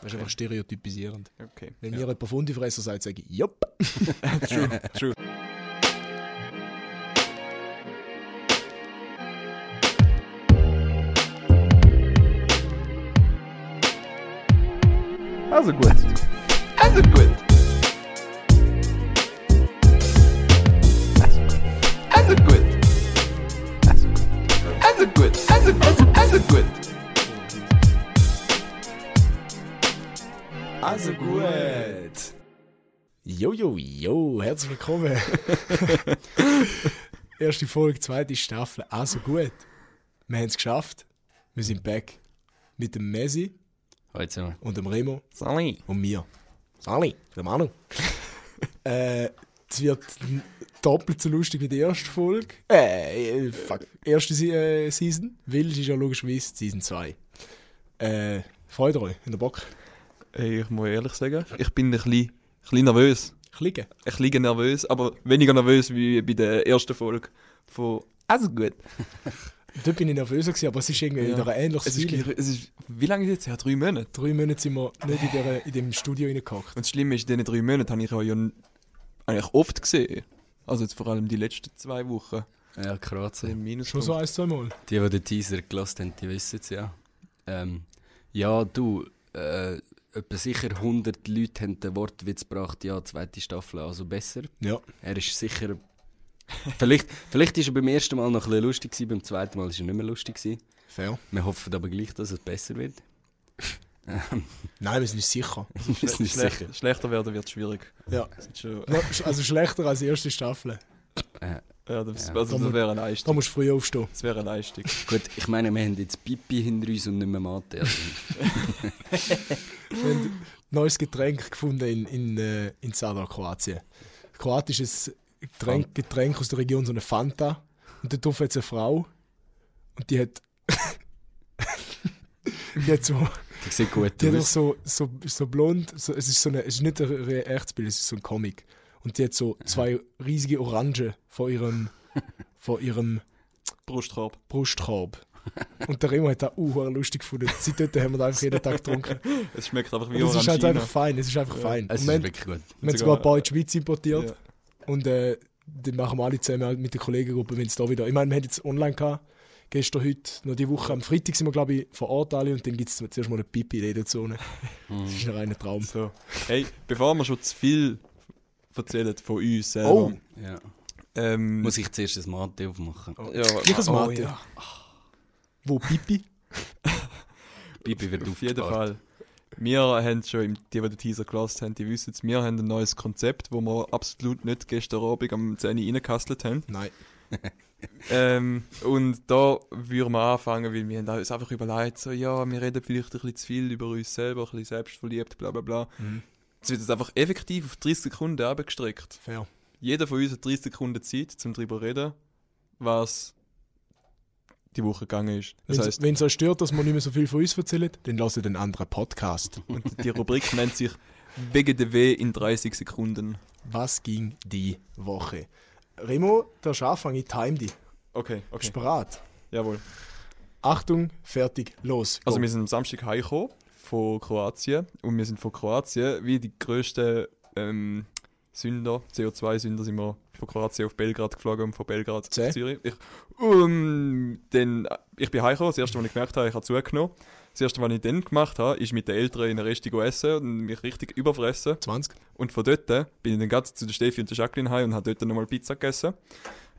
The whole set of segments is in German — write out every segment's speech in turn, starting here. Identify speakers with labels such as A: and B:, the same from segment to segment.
A: Das ist einfach stereotypisierend.
B: Okay.
A: Wenn mir jemand Fundifresser sagt, sage ich, jupp.
B: True, true. Also gut. Also gut. Also gut. Also gut. Also gut. Also, also gut. Also gut.
A: Jo, jo, jo, herzlich willkommen. Erste Folge, zweite Staffel, also gut. Wir haben es geschafft. Wir sind back. Mit dem Messi
C: Heute sind wir.
A: und dem Remo
B: Sally.
A: und mir. Sali, der Manu. äh, es wird n- doppelt so lustig wie die erste Folge. Äh, äh, fuck. Erste Se- äh, Season. Weil es ist ja logischerweise Season 2. Äh, freut euch, in der Bock.
B: Hey, ich muss ehrlich sagen, ich bin ein bisschen, ein bisschen nervös.
A: Klicken.
B: Ein bisschen nervös, aber weniger nervös wie bei der ersten Folge von Also gut.
A: Dort bin ich nervöser gewesen, aber es ist irgendwie
B: Ja.
A: wieder ein ähnliches
B: Es ist,
A: Feeling.
B: gleich- es ist, wie lange ist es jetzt her? Drei Monate?
A: Drei Monate sind wir nicht in, der, in dem Studio reingehockt.
B: Und das Schlimme ist, in diesen drei Monaten habe ich euch ja n- eigentlich oft gesehen. Also jetzt vor allem die letzten zwei Wochen.
C: Ja, Kroatien.
B: Den Äh, Minus
A: Schon so ein, zwei Mal.
C: Die, die den Teaser gelassen haben, die wissen es ja. Ähm, ja, du, äh, etwa sicher 100 Leute haben den Wortwitz gebracht, ja, zweite Staffel, also besser.
A: Ja.
C: Er ist sicher... vielleicht, vielleicht ist er beim ersten Mal noch ein bisschen lustig gewesen, beim zweiten Mal ist er nicht mehr lustig gewesen.
A: Fair.
C: Wir hoffen aber gleich, dass es besser wird.
A: Nein, wir sind uns sicher.
C: Das ist nicht sicher.
B: Schlecht, schlechter werden wird schwierig.
A: Ja.
B: Das ist schon,
A: No, sch- Also schlechter als die erste Staffel.
B: ja, das,
C: Ja.
B: Also, das wäre eine
A: Da
B: Leistung.
A: musst du früh aufstehen.
B: Das wäre eine Leistung.
C: Gut, ich meine, wir haben jetzt Pipi hinter uns und nicht mehr Mate. Also,
A: Wir haben ein neues Getränk gefunden in, in, äh, in Zadar, Kroatien. Kroatisches Getränk, Getränk aus der Region, so eine Fanta. Und da drauf hat es eine Frau. Und die hat. die hat so.
C: die sieht gut
A: Die hat auch
C: aus.
A: so, so, so blond, so, es, ist so eine, es ist nicht ein re- echtes Bild, es ist so ein Comic. Und die hat so zwei riesige Orangen vor ihrem, vor ihrem
B: Brustkorb.
A: Brustkorb. Und der Remo hat das auch lustig gefunden. Seitdem haben wir da einfach jeden Tag getrunken.
B: Es schmeckt einfach
A: Und
B: wie
A: es ist halt einfach
B: Orangina.
A: fein, es ist einfach fein.
C: Es
A: Und
C: ist
A: wir haben-
C: wirklich gut.
A: wir haben sogar ein paar in die Schweiz importiert. Und äh, dann machen wir alle zusammen halt mit der Kollegengruppe, wenn es da wieder. Ich meine, wir haben jetzt online gehabt, gestern, heute, noch die Woche. Am Freitag sind wir, glaube ich, vor Ort alle und dann gibt es zuerst mal eine Pipi in jeder Zone. Das ist ein reiner Traum.
B: So. Hey, bevor wir schon zu viel erzählen von uns selber.
A: Oh.
C: Ja.
B: Ähm,
C: Muss ich zuerst das Mate aufmachen?
B: ja,
A: Gleiches
B: oh,
A: Mate.
B: ja.
A: Wo Pipi?
C: Pipi wird
B: Auf jeden
C: aufgespart.
B: Fall. Wir haben schon, im, die, die den Teaser gelassen haben, die wissen es, wir haben ein neues Konzept, wo wir absolut nicht gestern Abend am 10 Uhr reingekastelt haben.
A: Nein.
B: ähm, und da würden wir anfangen, weil wir haben uns einfach überlegt, so, ja, wir reden vielleicht ein bisschen zu viel über uns selber, ein bisschen selbstverliebt, bla bla bla.
A: Mhm.
B: Es wird jetzt einfach effektiv auf 30 Sekunden abgestreckt.
A: Fair.
B: Jeder von uns hat 30 Sekunden Zeit, um darüber zu reden, was die Woche gegangen ist. Das heißt,
A: Wenn es euch stört, dass wir nicht mehr so viel von uns erzählen, dann lasst den anderen Podcast.
B: die Rubrik nennt sich Wegen der W in 30 Sekunden.
A: Was ging die Woche? Remo, der Schaffang, ich time dich.
B: Okay, okay.
A: Bist du bereit?
B: Jawohl.
A: Achtung, fertig, los.
B: Also
A: go.
B: wir sind am Samstag heimgekommen von Kroatien und wir sind von Kroatien wie die grössten ähm, Sünder, CO2-Sünder sind wir von Kroatien auf Belgrad geflogen und von Belgrad
A: Zäh.
B: zu Zürich. Ich, um, dann, äh, ich bin heimgekommen, das erste, was ich gemerkt habe, ich habe zugenommen. Das erste, was ich dann gemacht habe, ist mit den Eltern in ein Restaurant essen und mich richtig überfressen.
A: 20.
B: Und von dort bin ich dann ganz zu der Steffi und der Jacqueline heim und habe dort nochmal Pizza gegessen.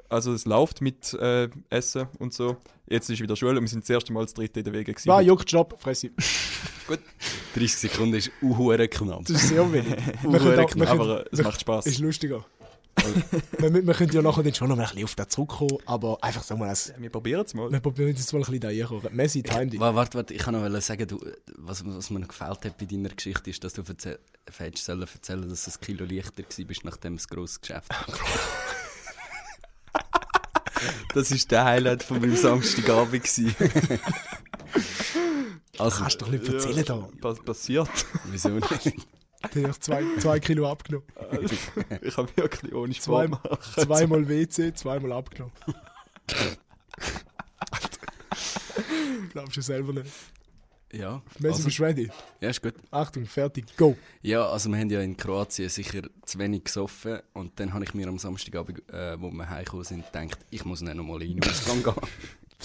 B: Also es läuft mit äh, Essen und so. Jetzt ist wieder Schule und wir sind das erste Mal das dritte in der Wege gewesen.
A: Ah, juckt, stopp, fresse.
C: 30 Sekunden ist uhuere knapp.
A: Das ist sehr wenig. wir können
B: Hure
A: auch- wir
B: knapp,
A: können-
B: aber es
A: wir-
B: macht Spaß. Also.
A: ist lustiger. wir, wir können ja nachher dann schon noch mal ein bisschen auf das zurückkommen, aber einfach so mal, als,
B: Wir probieren es mal.
A: wir probieren jetzt mal ein bisschen da reinkommen. Messi, time dich.
C: Wa- Warte, warte, ich kann noch wollen sagen, du, was, was mir noch gefällt hat bei deiner Geschichte, ist, dass du erzähl- hättest sollen erzählen, dass du ein Kilo leichter warst, nachdem es grosses Geschäft war. Das war der Highlight von meinem Samstagabend. gewesen. also,
A: Kannst du doch nicht erzählen da.
B: Pass passiert.
C: wieso nicht?
A: Der hat zwei, zwei Kilo abgenommen.
B: ich habe wirklich ohne Spaß
A: Zweimal,
B: gemacht.
A: zweimal WC, zweimal abgenommen. Glaubst du selber nicht?
C: Ja,
A: Messi,
C: also,
A: bist du ready?
C: ja, ist gut.
A: Achtung, fertig, go!
C: Ja, also wir haben ja in Kroatien sicher zu wenig gesoffen und dann habe ich mir am Samstagabend, äh, wo wir heimgekommen sind, gedacht, ich muss nicht nochmal in den Ausgang gehen.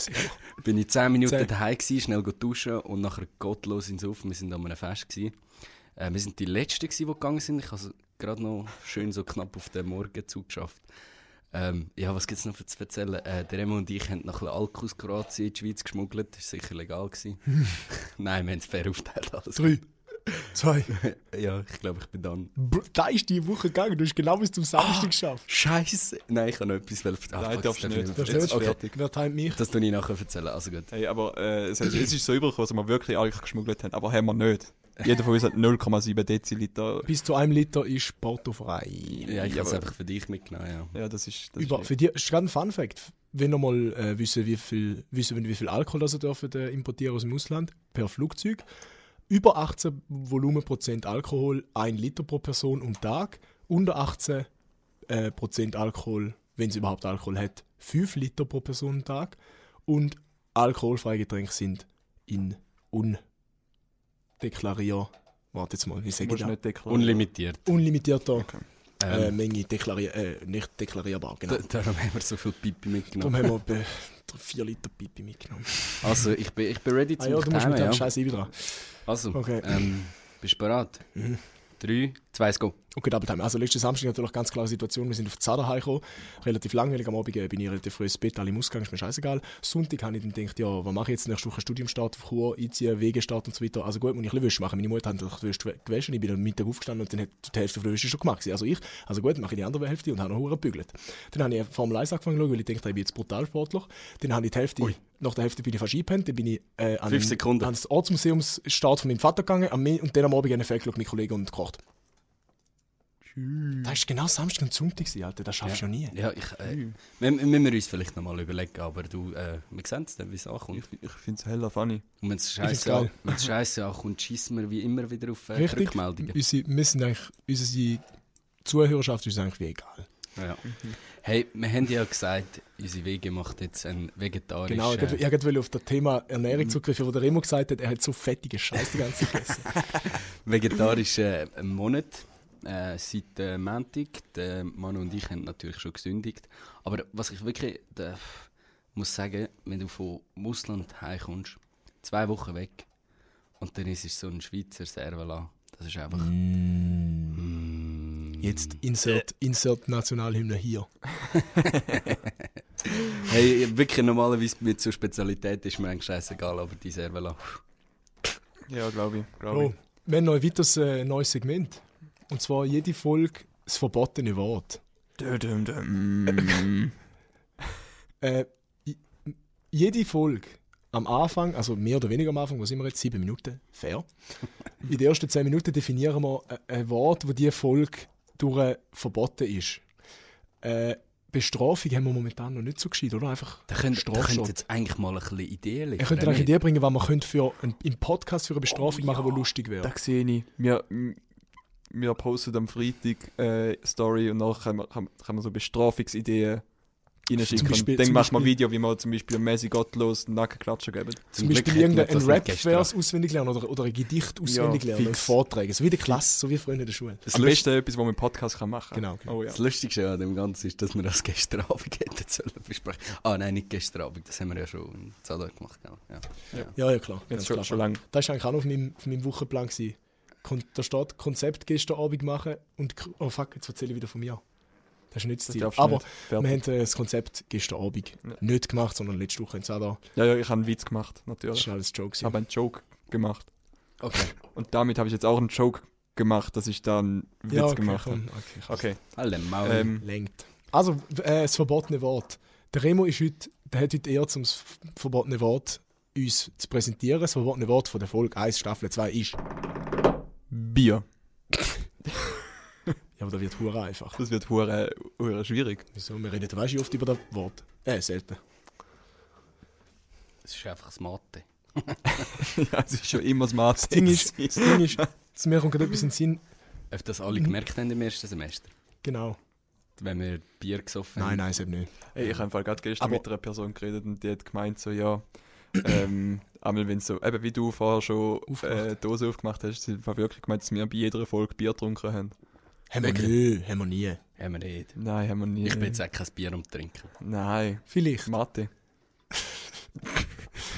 C: Bin ich 10 Minuten
A: Zehn.
C: daheim gewesen, schnell go duschen und nachher gottlos ins Ofen. Wir sind an einem Fest gewesen. Äh, wir sind die Letzten gewesen, die gegangen sind. Ich habe es gerade noch schön so knapp auf den Morgen zugeschafft. Ähm, ja, was gibt's noch für zu erzählen? Äh, der Remo und ich haben noch ein bisschen Alkohol aus Kroatien in die Schweiz geschmuggelt. Das war sicher legal. Gewesen. Nein, wir haben es fair aufgeteilt. Alles
A: Drei, zwei.
C: ja, ich glaube, ich bin dann.
A: Br- Da ist die Woche gegangen, du hast genau bis zum
B: Ah.
A: Samstag geschafft.
C: Scheiße! Nein, ich habe noch etwas Ah, erzählen.
B: Nein, darfst du nicht.
A: Das
B: Jetzt
A: ist
B: ist
A: okay.
B: fertig.
A: Wer teilt mich?
C: Das tue ich nachher erzählen. Also gut.
B: Hey, aber äh, es, es ist so übergekommen, dass wir wirklich Alkohol geschmuggelt haben, aber haben wir nicht. Jeder von uns hat 0,7 Deziliter.
A: Bis zu einem Liter ist portofrei.
C: Ja, ich habe es
B: aber-
C: einfach für dich mitgenommen. Ja.
B: Ja, das ist... Das
A: Über,
B: ist
A: für dich ist gerade ein Fun Fact. Wenn ihr mal äh, wissen, wie viel, wissen wollt, wie viel Alkohol das ihr dürft, äh, importieren aus dem Ausland per Flugzeug, über 18 Volumenprozent Alkohol, 1 Liter pro Person und Tag, unter 18 äh, Prozent Alkohol, wenn es überhaupt Alkohol hat, 5 Liter pro Person und Tag und alkoholfreie Getränke sind in undeklarier. Warte jetzt mal, wie
B: du
A: sage ich
B: musst
A: das?
B: nicht deklarieren.
C: Unlimitiert.
A: Unlimitierter äh,
C: Ähm,
A: Menge deklarier äh, nicht deklarierbar, genau.
C: d- Darum haben wir so viel Pipi
A: Darum
C: mitgenommen.
A: haben wir be- 4 Liter Pipi mitgenommen.
C: Also, ich bin, ich bin ready
A: Ah
C: zum
A: ja, du musst mit
C: Teilen,
A: dem
C: ja.
A: Scheiß eben dran.
C: Also,
A: Okay.
C: ähm, bist du bereit?
A: Mhm.
C: Drei, zwei, go.
A: Okay, Double Time. Also letzten Samstag natürlich ganz klare Situation. Wir sind auf Zadar heimgekommen. Relativ langweilig. Am Abend äh, bin ich relativ früh ins Bett, alle im Ausgang, ist mir scheißegal. Sonntag habe ich dann gedacht, ja, was mache ich jetzt? Nächste Woche Studiumstart auf Chur, einziehen, Wegestart und so weiter. Also gut, muss ich ein bisschen Wäsche machen. Meine Mutter hat gedacht, Wäsche gewaschen. Ich bin am Mittag aufgestanden und dann hat die Hälfte von der Wäsche schon gemacht. gewesen. Also ich, also gut, mache ich die andere Hälfte und habe noch Huren gebügelt. Dann habe ich Formel 1 angefangen zu schauen, weil ich dachte, ich bin jetzt brutal sportlich. Dann habe ich die Hälfte, nach der Hälfte bin ich fast eingepennt. Dann bin ich äh, an,
C: Fünf Sekunden.
A: an das Ortsmuseumsstart von meinem Vater gegangen am Mi- und dann am Abend einen Feld geschaut, mit Kollegen und gekocht. Das war genau Samstag und Sonntag, gewesen, Alter. Das schaffst du ja. nie.
C: Ja, ich, äh, wir- müssen wir uns vielleicht nochmal überlegen, aber du, äh, wir sehen es dann, wie es ankommt.
B: Ich, ich finde es heller funny.
C: Und wenn es
A: find's
C: scheiße
A: geil.
C: an- wenn's scheiße ankommt, schießen wir wie immer wieder auf äh,
A: Richtig.
C: Rückmeldungen.
A: Unsere, wir sind eigentlich, unsere Zuhörerschaft ist uns eigentlich wie egal.
C: Ja. Hey, wir haben ja gesagt, unsere Wege macht jetzt ein vegetarischer.
A: Genau, ich wollte- ich wollte auf das Thema Ernährung zugreifen, wo der Remo gesagt hat, er hat so fettige Scheiße die ganze Zeit gegessen.
C: vegetarischen äh, Monat. Äh, seit äh, Montag. Der Manu und ich haben natürlich schon gesündigt. Aber was ich wirklich äh, muss sagen, wenn du von Russland heimkommst, zwei Wochen weg, und dann ist es so ein Schweizer Servela. Das ist einfach. Mm.
A: Jetzt insert, insert Nationalhymne hier.
C: Hey, wirklich normalerweise mit so Spezialität ist mir eigentlich scheißegal, aber die Servela.
B: Ja, glaube ich. Glaub
A: Bro, Oh, wir haben noch ein weiteres äh, neues Segment. Und zwar jede Folge das verbotene Wort.
B: ich. Dö, dö, dö. Mm.
A: Äh, j- jede Folge am Anfang, also mehr oder weniger am Anfang, was sind wir jetzt? Sieben Minuten, fair. In den ersten zehn Minuten definieren wir äh, ein Wort, wo diese Folge durch äh, verboten ist. Äh, Bestrafung haben wir momentan noch nicht so gescheit, oder? Einfach
C: Da könnt da
A: Strafschot.
C: könnt jetzt eigentlich mal ein bisschen Ideen liefern.
A: Er könnte eine
C: nicht?
A: Idee bringen, was man könnte für ein, im Podcast für eine Bestrafung machen, die lustig wäre.
B: Oh Da sehe ich. Wir, wir posten am Freitag äh, Story und nachher kann man, kann, kann man so Bestrafungsideen
A: Zum
B: reinschicken.
A: Beispiel-
B: Und dann
A: zum
B: machen wir ein
A: Beispiel-
B: Video, wie wir zum Beispiel Messi gottlos einen Nackenklatscher geben.
A: Zum
C: Glück
A: Beispiel
C: hat man
A: irgendein
C: das nicht
A: Rap-Vers auswendig lernen oder, oder ein Gedicht auswendig lernen
B: fix.
A: und Vorträge. So wie der Klasse, so wie früher in der Schule.
C: Das
B: Am
C: Lust-
B: besten etwas, was man im Podcast kann machen kann.
A: Genau, genau.
B: Oh, ja.
C: Das Lustigste an dem Ganzen ist, dass wir das gestern Abend hätten sollen besprechen. Ah nein, nicht gestern Abend, das haben wir ja schon in Zadar gemacht. Genau. Ja.
A: Ja, ja, klar. ganz
B: Jetzt schon,
A: klar.
B: schon lange.
A: Das war eigentlich auch noch auf meinem, auf meinem Wochenplan. Gewesen. Kon da steht Konzept gestern Abend machen und. k- Oh fuck, jetzt erzähle ich wieder von mir. Das ist nicht das
B: Das
A: Ziel.
B: darfst du
A: Aber
B: nicht. Fertig.
A: wir haben äh, das Konzept gestern Abend
B: Ja.
A: nicht gemacht, sondern letzte Woche in Zadar.
B: Ja, ja, ich habe einen Witz gemacht,
A: Das
B: natürlich.
A: war alles Joke.
B: Ich habe einen Joke gemacht.
C: Okay,
B: Und damit habe ich jetzt auch einen Joke gemacht, dass ich da einen Witz
A: ja, okay,
B: gemacht habe.
A: komm, okay, komm.
B: Okay.
C: alle Maul.
B: Ähm,
A: Lenkt. Also, w- äh, das verbotene Wort. Der Remo ist heute, der hat heute eher zum s- verbotene Wort uns zu präsentieren. Das verbotene Wort von der Folge 1 Staffel 2 ist. Ja,
B: Bier.
A: aber da wird hure einfach.
B: Das wird hure, hure schwierig.
A: Wieso? Wir reden, weißt du, oft über das Wort. Äh, selten.
C: Es ist einfach das Mathe.
B: ja, es ist schon immer das Maß.
A: Das Ding ist, das Ding ist, das- mir kommt gerade etwas in den Sinn.
C: Ob das
B: Mhm.
C: alle gemerkt haben im ersten Semester,
A: Genau.
C: wenn wir Bier gesoffen
A: Nein,
C: haben.
A: nein, es eben nicht.
B: Ey, ich habe im Fall gerade gestern
A: Ähm, Aber-
B: mit einer Person geredet und die hat gemeint so, ja, ähm, einmal wenn so, eben wie du vorher schon äh,
A: Aufgemacht.
B: Dose aufgemacht hast, sie haben wirklich gemeint, dass wir bei jeder Folge Bier getrunken haben.
A: Haben wir nie, haben wir nie.
C: Haben wir nicht.
B: Nein, haben wir nie.
C: Ich bin jetzt auch kein Bier am Trinken.
B: Nein,
A: Vielleicht.
B: Mathe.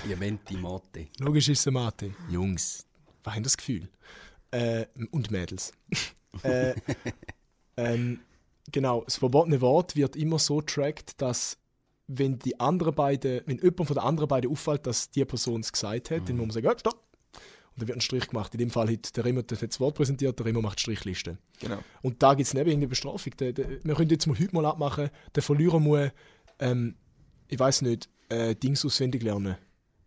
C: Ihr wendet die Mate.
A: Logisch ist es Mathe. Jungs, was haben das Gefühl? Äh, und Mädels. äh, ähm, genau, das verbotene Wort wird immer so tracked, dass wenn die anderen beiden, wenn jemand von den anderen beiden auffällt, dass die Person es gesagt hat, dann muss man sagen, ja, stopp. Und dann wird ein Strich gemacht. In dem Fall hat der Remo das hat das Wort präsentiert, der Remo macht die Strichliste.
B: Genau.
A: Und da gibt es neben eine Bestrafung. Der, der, wir können jetzt mal heute mal abmachen, der Verlierer muss, ähm, ich weiß nicht, äh, Dings auswendig lernen.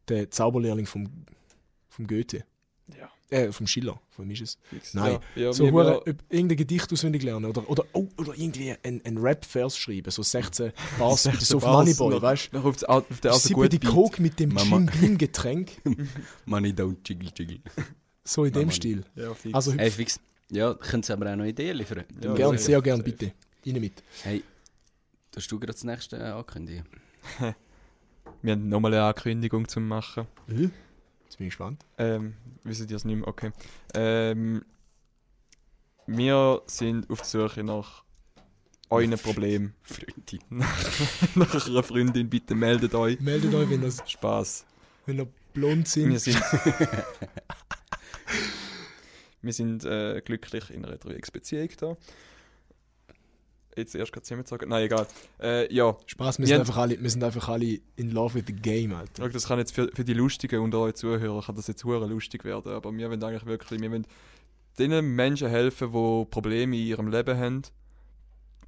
A: Der Zauberlehrling vom, vom Goethe.
B: Ja.
A: Äh, vom Schiller, von wem ist es?
B: Fix.
A: Nein.
B: Ja, ja,
A: so
B: wir-
A: hure,
B: wir-
A: ob irgendein Gedicht auswendig lernen oder, oder, oh, oder irgendwie ein, ein Rap-Vers schreiben, so 16 Bars, so auf
B: Bars
A: Moneyboy,
B: noch-
A: weißt
B: Noch auf, das, Al- auf den
A: du?
B: alten
A: Sippe die
B: Beat.
A: Coke mit dem
B: Mama.
A: Gin Bean Getränk,
C: Money don't jiggle jiggle.
A: so in dem
C: Mama.
A: Stil.
B: Ja, fix.
A: Also
C: Hey, fix. Ja, können Sie aber auch noch Ideen liefern?
B: Ja,
A: gern,
B: safe,
A: sehr gern,
B: safe.
A: bitte. Rein mit.
C: Hey, darfst du gerade das nächste äh, ankündigen?
B: wir haben nochmal eine Ankündigung zu machen.
A: Äh, Jetzt bin ich gespannt.
B: Ähm, wissen die es nicht mehr? Okay. Ähm, wir sind auf der Suche nach euren Problemen.
C: Freunde.
B: nach einer Freundin, bitte meldet euch.
A: Meldet euch, wenn das
B: Spaß.
A: Wenn ihr blond
B: Wir
A: sind,
B: sind. wir sind äh, glücklich in einer Dreiecksbeziehung da. Jetzt erst gerade zusammengezogen. Nein, egal. Äh, ja,
A: Spaß, wir sind,
B: Ja.
A: einfach alle, wir sind einfach alle in love with the game, Alter.
B: schau, das kann jetzt für, für die Lustigen unter euch Zuhörer kann das jetzt hure lustig werden. Aber wir wollen eigentlich wirklich, wir wollen den Menschen helfen, die Probleme in ihrem Leben haben.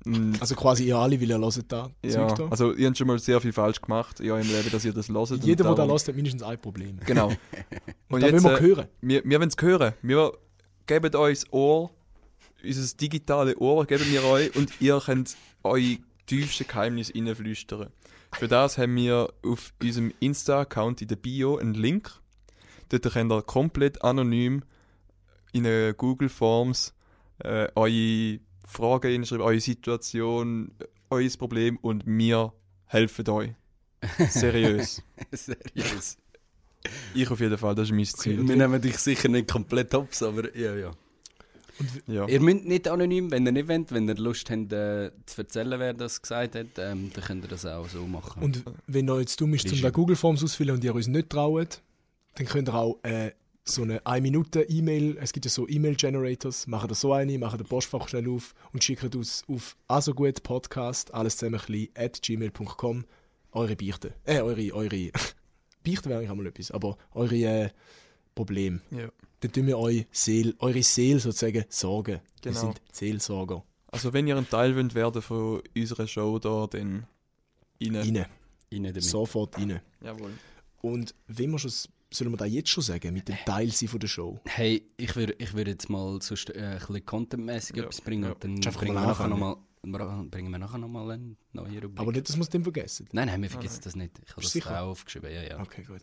B: Und
A: Also quasi ihr alle, weil ihr hört da
B: ja,
A: Zeug da.
B: also ihr habt schon mal sehr viel falsch gemacht in eurem Leben, dass ihr das hört. also und
A: Jeder, der da
B: darum-
A: hört, hat mindestens ein Problem.
B: Genau. äh,
A: Und da will man hören.
B: Wir, wir wollen es hören. Wir geben euch das Ohr, unser digitales Ohr geben wir euch und ihr könnt eure tiefsten Geheimnisse reinflüstern. Für das haben wir auf unserem Insta-Account in der Bio einen Link. Dort könnt ihr komplett anonym in eine Google Forms äh, eure Fragen hinschreiben, eure Situation, äh, euer Problem und wir helfen euch. Seriös.
C: Seriös.
B: ich auf jeden Fall, das ist mein
C: Wir
B: Ziel.
C: nehmen dich sicher nicht komplett hops, aber ja, ja.
B: Ja.
C: Ihr müsst nicht anonym, wenn ihr nicht wollt. Wenn ihr Lust habt, äh, zu erzählen, wer das gesagt hat, ähm, dann könnt ihr das auch so machen.
A: Und wenn ihr jetzt dumm ist, um
C: Klischee.
A: da Google Forms ausfüllen und ihr uns nicht traut, dann könnt ihr auch äh, so eine 1-Minute-E-Mail, es gibt ja so E-Mail-Generators, machen da so eine, machen den Postfach schnell auf und schicken uns auf asogutpodcast, alles zusammen klein, at gmail.com, eure Beichten. Äh, eure, eure, Beichten wäre eigentlich auch mal etwas, aber eure äh, Probleme.
B: Ja.
A: Dann tun wir eure Seele, eure Seele sozusagen sorgen.
B: Genau.
A: Wir sind Seelsorger.
B: Also wenn ihr ein Teil wollt werden von unserer Show da, dann rein.
A: Rein,
C: Rein damit.
A: sofort rein.
B: Jawohl.
A: Und wenn wir schon, sollen wir da jetzt schon sagen, mit
C: Äh.
A: dem Teil sein von der Show?
C: Hey, ich würde ich würd jetzt mal sonst, äh, ein bisschen contentmäßig
B: Ja,
C: etwas bringen
B: ja.
C: und dann
A: Kannst einfach
C: bringen wir,
A: mal
C: nachher noch
A: anfangen.
C: mal, wir- bringen wir nachher nochmal eine neue Rubrik.
A: Aber nicht, dass wir es dann vergessen.
C: nein, nein, wir vergessen das nicht. Ich habe
A: Bist
C: das
A: du sicher?
C: auch aufgeschrieben, ja, ja.
A: Okay, gut.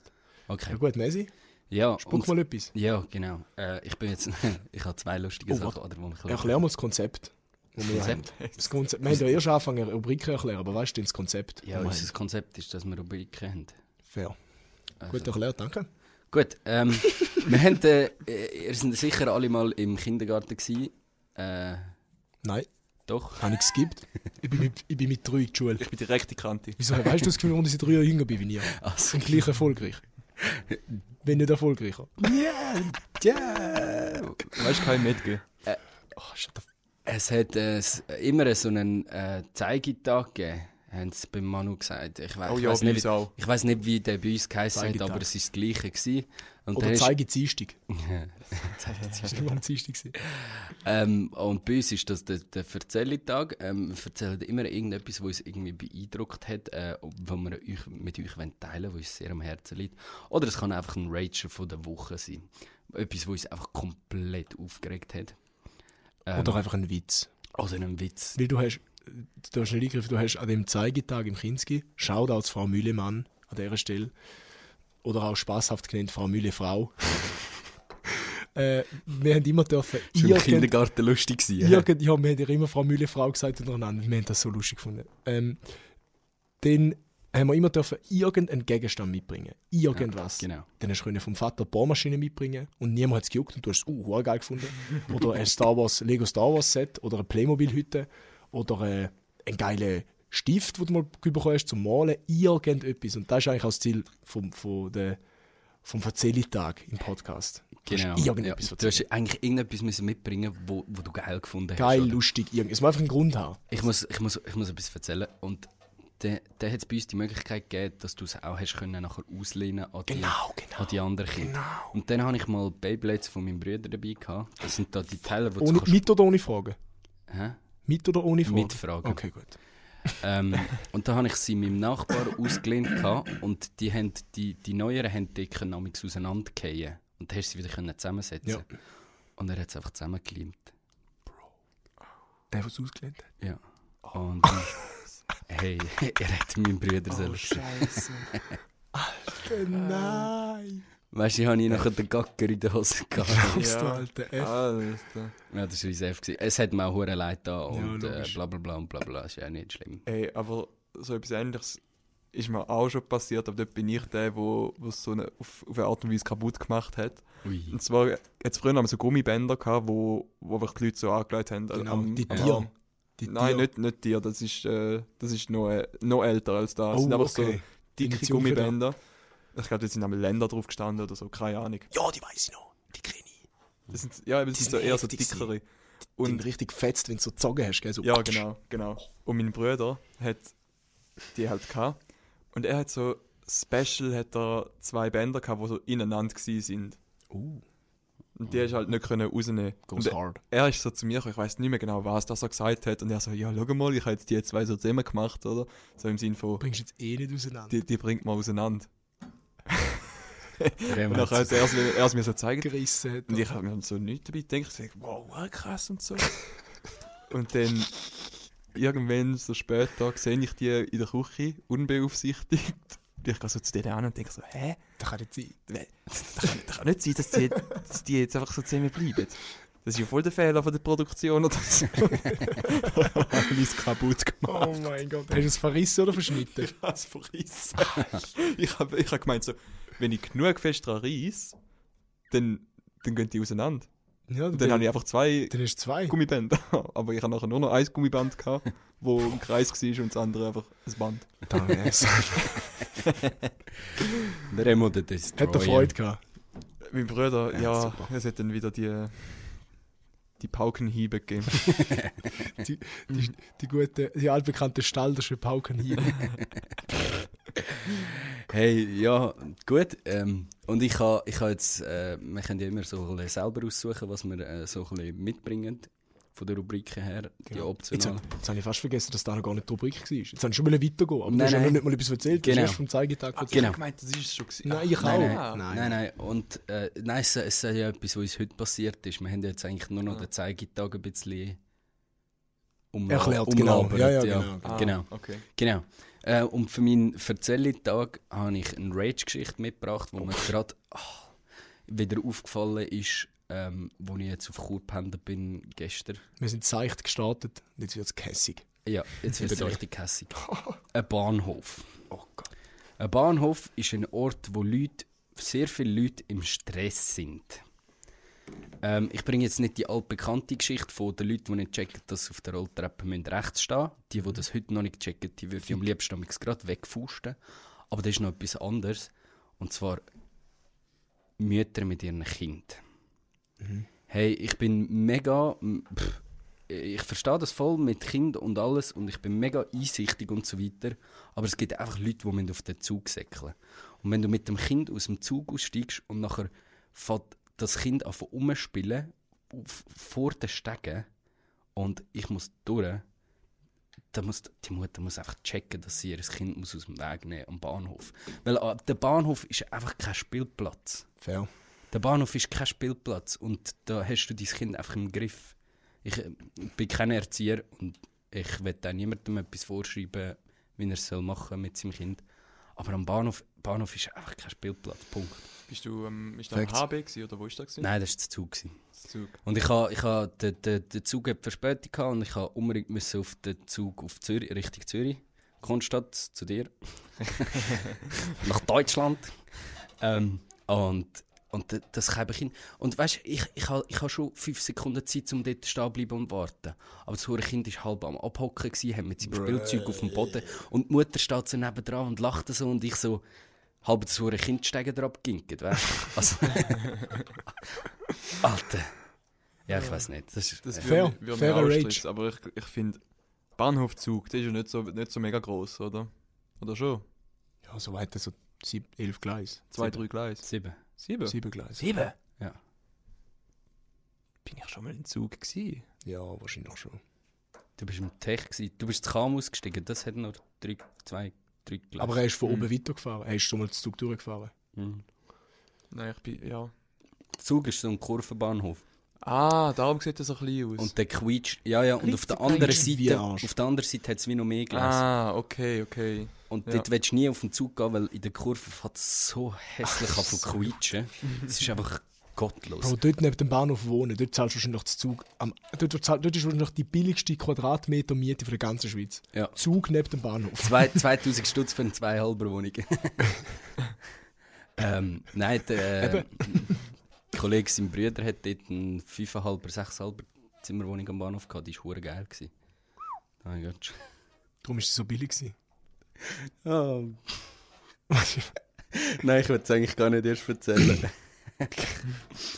A: Ja
C: Okay.
A: gut, Messi,
C: Ja,
A: spuck
C: und,
A: mal etwas.
C: ja genau. Äh, ich bin jetzt, ich habe zwei lustige
A: Oh,
C: Sachen,
A: warte.
C: oder, wo ich
A: Erklär mal das Konzept. Das
C: Konzept?
A: Das Konzept. Wir haben ja erst angefangen, Rubriken zu erklären, aber weißt du denn das Konzept?
C: Ja,
A: Wir
C: unser
A: haben-
C: Konzept ist, dass wir Rubriken haben.
A: Fair.
C: Also-
A: Gut erklärt, danke.
C: Gut, ähm, wir haben, äh, äh, ihr seid sicher alle mal im Kindergarten gewesen. Äh,
A: Nein,
C: doch.
A: habe ich geskippt. ich, bin mit, ich bin mit drei in die Schule.
B: Ich bin direkt die Kante.
A: Wieso weißt du das Gefühl, warum ich seit drei Jahren jünger bin wie ihr?
C: Also,
A: Und gleich erfolgreich. Wenn nicht erfolgreicher.
C: yeah.
B: Weißt du, kein mitgehen.
A: Oh, shut the f-
C: Es hat äh, s- immer so einen äh, Zeigetag gegeben, haben sie beim Manu gesagt. Ich, we
B: Oh
C: ich
B: ja,
C: weiß
B: bei uns
C: nicht,
B: auch.
C: ich weiss nicht, wie der bei uns geheißen hat,
A: Zeigetag.
C: aber es war das Gleiche. Gewesen. Und dann
A: Oder
C: ist-
A: zeige Dienstag.
C: Zeigetag.
A: Das war immer am Dienstag. gewesen.
C: ähm, und bei uns ist das der, der Verzähltag. Ähm, wir erzählen immer irgendetwas, was uns irgendwie beeindruckt hat, äh, was wir euch, mit euch wollen teilen wollen, was uns sehr am Herzen liegt. Oder es kann einfach ein Rager von der Woche sein. Etwas, was uns einfach komplett aufgeregt hat. Ähm,
A: Oder einfach ein Witz.
C: oder ein Witz.
A: Weil du hast, du hast einen Eingriff, du hast an dem Zeigetag im Kinski, Shoutouts Frau Mühlemann an dieser Stelle, oder auch spaßhaft genannt Frau Mühle Frau. äh, wir haben immer dürfen,
C: Schon im
A: irgend-
C: Kindergarten lustig gewesen. genau. ja.
A: Irgend, ja, wir haben ja immer Frau Mühle Frau gesagt untereinander. Wir haben das so lustig gefunden. Ähm, dann haben wir immer dürfen irgendeinen Gegenstand mitbringen. Irgendwas.
C: Genau.
A: Dann hast du können vom Vater Bohrmaschine mitbringen und niemand hat es gejuckt und du hast es uh, hure geil gefunden. Oder ein Star Wars, Lego Star Wars Set oder eine Playmobil-Hütte oder äh, einen geilen Stift, den du mal bekommen hast zum Malen. Irgendetwas. Und das ist eigentlich auch das Ziel vom, vom, der, vom Verzählitag im Podcast. Du hast
C: Genau.
A: Irgendetwas
C: ja, du
A: erzählen.
C: hast eigentlich irgendetwas müssen mitbringen wo, wo du geil gefunden hast.
A: Geil,
C: oder?
A: lustig, irgend. Es muss einfach einen Grund haben.
C: Ich muss, ich muss, ich muss etwas erzählen. Und dann da hat es bei uns die Möglichkeit gegeben, dass du es auch hast können nachher auslehnen an die,
A: Genau, genau.
C: an die anderen Kinder. Und dann habe ich mal Beyblades von meinem Bruder dabei gehabt. Das sind da die Teile, die
A: Ohne, mit oder ohne Fragen?
C: Hä?
A: Mit oder ohne Fragen?
C: Mit Fragen.
A: Okay, gut.
C: Ähm, und da habe ich sie meinem Nachbar ausgelehnt gehabt und die, haben, die, die Neueren haben die Economics auseinandergehen und da hast du sie wieder können zusammensetzen
A: Ja.
C: Und er hat es einfach zusammengeleimt.
A: Der, der es ausgelehnt hat.
C: Ja.
A: Oh.
C: Und äh, hey, er hätte meinen Bruder sollen.
A: Oh, Scheiße. Alter, nein.
C: Weißt du, ich habe ihn nachher den Gacker in der Hose gehabt.
A: Kommst du,
B: Ja. Ah,
A: Alter. F.
B: Alles da.
C: ja, das war unser F. gewesen. Es hat mir auch hure leid da und äh,
A: logisch.
C: bla bla bla und bla bla. Ist ja nicht schlimm.
B: Ey, aber so etwas Ähnliches ist mir auch schon passiert, aber dort bin ich der, wo, wo es so eine, auf, auf eine Art und Weise kaputt gemacht hat.
C: Ui.
B: Und zwar hat es früher noch so Gummibänder gehabt, wo, wo einfach die Leute so angelegt haben. an-
A: Genau,
B: am-
A: die
B: am
A: Tier.
B: Arm.
A: Die
B: Nein,
A: Tier-
B: nicht, nicht dir, das ist, äh, das ist noch, äh, noch älter als das.
A: Oh,
B: sind einfach so
A: okay.
B: dicke
A: Initial für
B: Gummibänder. Ich glaube, dort sind einmal Länder drauf gestanden oder so, keine Ahnung.
A: Ja, die weiß ich noch. Die kenne ich.
B: Das sind, ja, eben,
A: Oh.
B: das
A: Die
B: sind so
A: sind
B: eher so
A: heftig
B: dickere.
A: Die sind
B: Und,
A: richtig fetzt, wenn du so gezogen hast, gell? So.
B: ja, genau, genau. Und mein Bruder hat die halt gehabt. Und er hat so, special hat er zwei Bänder gehabt, die so ineinander gewesen sind.
A: Uh,
B: Und die
A: Mhm.
B: hast du halt nicht können rausnehmen.
A: goes
B: Und
A: hard.
B: er ist so zu mir, gekommen, ich weiß nicht mehr genau, was das er gesagt hat. Und er so, ja, schau mal, ich habe jetzt die zwei so zusammen gemacht, oder? So im Sinn von,
A: Bringst jetzt eh nicht auseinander.
B: die, die bringt man auseinander. Und
C: Remmer
B: dann hat er es mir- er es mir so gezeigt.
A: gerissen hat.
B: Und ich habe mir so nichts dabei gedacht. Ich dachte, wow, wow, krass und so. und dann irgendwann so später sehe ich die in der Küche, unbeaufsichtigt. Und ich gehe so zu denen an und denke so, hä?
A: das kann nicht sein.
B: Das kann, das kann nicht sein, dass die, dass die jetzt einfach so zusammen bleiben. Das ist ja voll der Fehler von der Produktion oder so. Alles kaputt gemacht.
A: Oh mein Gott. Hast du es verrissen oder verschnitten?
B: Was verrissen. ich habe ich hab gemeint so, wenn ich genug fest dran reiss, dann, dann gehen die auseinander.
A: ja,
B: Und dann habe ich einfach zwei
A: dann hast du zwei.
B: Gummibänder. Aber ich habe nachher nur noch ein Gummiband gehabt, wo im Kreis war und das andere einfach ein Band.
A: Hat
C: Der Remo, der Destroyer.
A: er Freude gehabt.
B: Mein Bruder,
A: Ja,
B: ja,
A: super.
B: es hat dann wieder die, die Paukenhiebe gegeben.
A: Die gute, die altbekannte Staldersche Pauken hier.
C: Hey, ja, gut. Ähm, und ich habe ich ha jetzt, äh, wir können ja immer so ein bisschen selber aussuchen, was wir äh, so ein bisschen mitbringen, von der Rubrik her, die
A: Genau. Jetzt,
C: optionalen.
A: hab- jetzt habe ich fast vergessen, dass da noch gar nicht die Rubrik war. Jetzt habe ich schon mal weitergehen, aber du
C: Nein,
A: hast ja noch
C: nein.
A: nicht mal etwas erzählt. Du
C: Genau.
A: hast erst vom Zeigetag erzählt.
C: Genau.
B: Ich meinte, das ist schon gewesen.
A: Nein, ich auch.
C: Nein,
B: Ah.
A: nein.
C: Nein, nein, und äh, nein, es, es ist ja etwas, was uns heute passiert ist. Wir haben jetzt eigentlich nur
A: Ah.
C: noch den Zeigetag ein bisschen um,
A: Erklärt, genau. Ja, ja, genau.
B: Ah,
C: genau.
B: Okay.
C: Genau. Äh, und für meinen Verzähltag habe ich eine Rage-Geschichte mitgebracht, wo mir gerade ah, wieder aufgefallen ist, ähm, wo ich jetzt auf Kur pendelt bin gestern.
A: Wir sind seicht gestartet und jetzt wird es kässig.
C: Ja, jetzt wird es
A: Bitte.
C: richtig hässig. Ein Bahnhof.
A: Oh Gott.
C: Ein Bahnhof ist ein Ort, wo Leute, sehr viele Leute im Stress sind. Ähm, ich bringe jetzt nicht die altbekannte Geschichte von den Leuten, die nicht checken, dass sie auf der Rolltreppe müssen rechts stehen müssen. Die,
A: Mhm.
C: die das heute noch nicht checken, die würde ich am liebsten amigs gerade wegfusten. Aber das ist noch etwas anderes. Und zwar Mütter mit ihren Kindern.
A: Mhm.
C: Hey, ich bin mega. m- Pff, ich verstehe das voll mit Kind und alles und ich bin mega einsichtig und so weiter. Aber es gibt einfach Leute, die müssen auf den Zug säckeln. Und wenn du mit dem Kind aus dem Zug aussteigst und nachher fährt das Kind auf umspielen auf- vor den Stegen und ich muss durch, dann muss die Mutter muss einfach checken, dass sie ihr Kind muss aus dem Weg nehmen am Bahnhof. Weil äh, der Bahnhof ist einfach kein Spielplatz.
A: Fair.
C: Der Bahnhof ist kein Spielplatz und da hast du dein Kind einfach im Griff. Ich äh, bin kein Erzieher und ich will auch niemandem etwas vorschreiben, wie er es soll machen mit seinem Kind. Aber am Bahnhof, Bahnhof ist einfach kein Spielplatz. Punkt.
B: Bist du ähm, ist das am
A: Facts.
B: HB gewesen, oder wo ist das? Gewesen?
C: Nein, das war der Zug. Gewesen.
B: Zug.
C: Und ich habe, ich habe den, den, den Zug hat Verspätung gehabt und ich habe unbedingt müssen auf den Zug auf Zürich, Richtung Zürich, Konstadt, zu dir. Nach Deutschland. Ähm, und und d- das gebe ich ihm. Und weißt du, ich, ich habe ich ha schon fünf Sekunden Zeit, um dort stehen zu bleiben und warten. Aber das hure Kind war halb am Abhocken, gewesen, hat mit seinem Spielzeug auf dem Boden. Und die Mutter steht so nebendran und lacht so. Und ich so, halb das hure Kind steigen drauf ginket, weißt du? Also, Alter. Ja, ich weiß nicht. Das ist,
B: Das
C: äh,
A: Fair.
B: würde mich- würde
A: Fairer
B: mich auch
A: Rage.
B: stressen, Aber ich, ich finde, Bahnhofzug, der ist ja nicht so, nicht so mega gross, oder? Oder schon?
A: Ja, so weit, also sieb, elf Gleis.
B: Zwei,
C: Sieben.
B: drei Gleise.
C: sieben.
B: Sieben?
A: Sieben Gleis.
C: Sieben? Ja.
B: Bin ich schon mal in Zug gewesen?
A: Ja, wahrscheinlich schon.
C: Du bist im Tech, gewesen. du bist zu Kam ausgestiegen, das hat nur drei, zwei, drei Gläser.
A: Aber er ist von
B: Mhm.
A: oben weitergefahren. Er ist schon mal zu Zug durchgefahren.
C: Mhm.
B: Nein, ich bin, ja.
C: Der Zug ist so ein Kurvenbahnhof.
B: Ah, darum sieht das so klein aus.
C: Und der quietscht, ja, ja, und auf der
A: Klitzeklitsch
C: anderen
A: wie ein
C: Seite,
A: Arsch.
C: auf der anderen Seite hat es wie noch mehr Gläser.
B: ah, okay, okay.
C: Und
B: ja.
C: dort willst du nie auf den Zug gehen, weil in der Kurve fährt es so hässlich an zu quietschen. Es ist einfach gottlos.
A: Bro, dort neben dem Bahnhof wohnen, dort zahlst du wahrscheinlich den Zug. Am, dort, zahl- dort ist wahrscheinlich die billigste Quadratmeter Miete von der ganzen Schweiz.
C: Ja.
A: Zug neben dem Bahnhof.
C: Zwei, 2000 Stutz für eine zweieinhalber Wohnung. ähm, nein, der äh, Kollege, sein Bruder, hat dort eine 5,5er, 6,5er Zimmerwohnung am Bahnhof gehabt. Die war hure geil. gewesen. Oh mein Gott.
A: Darum ist sie so billig. Gewesen. Ähm.
C: Nein, ich würde es eigentlich gar nicht erst erzählen.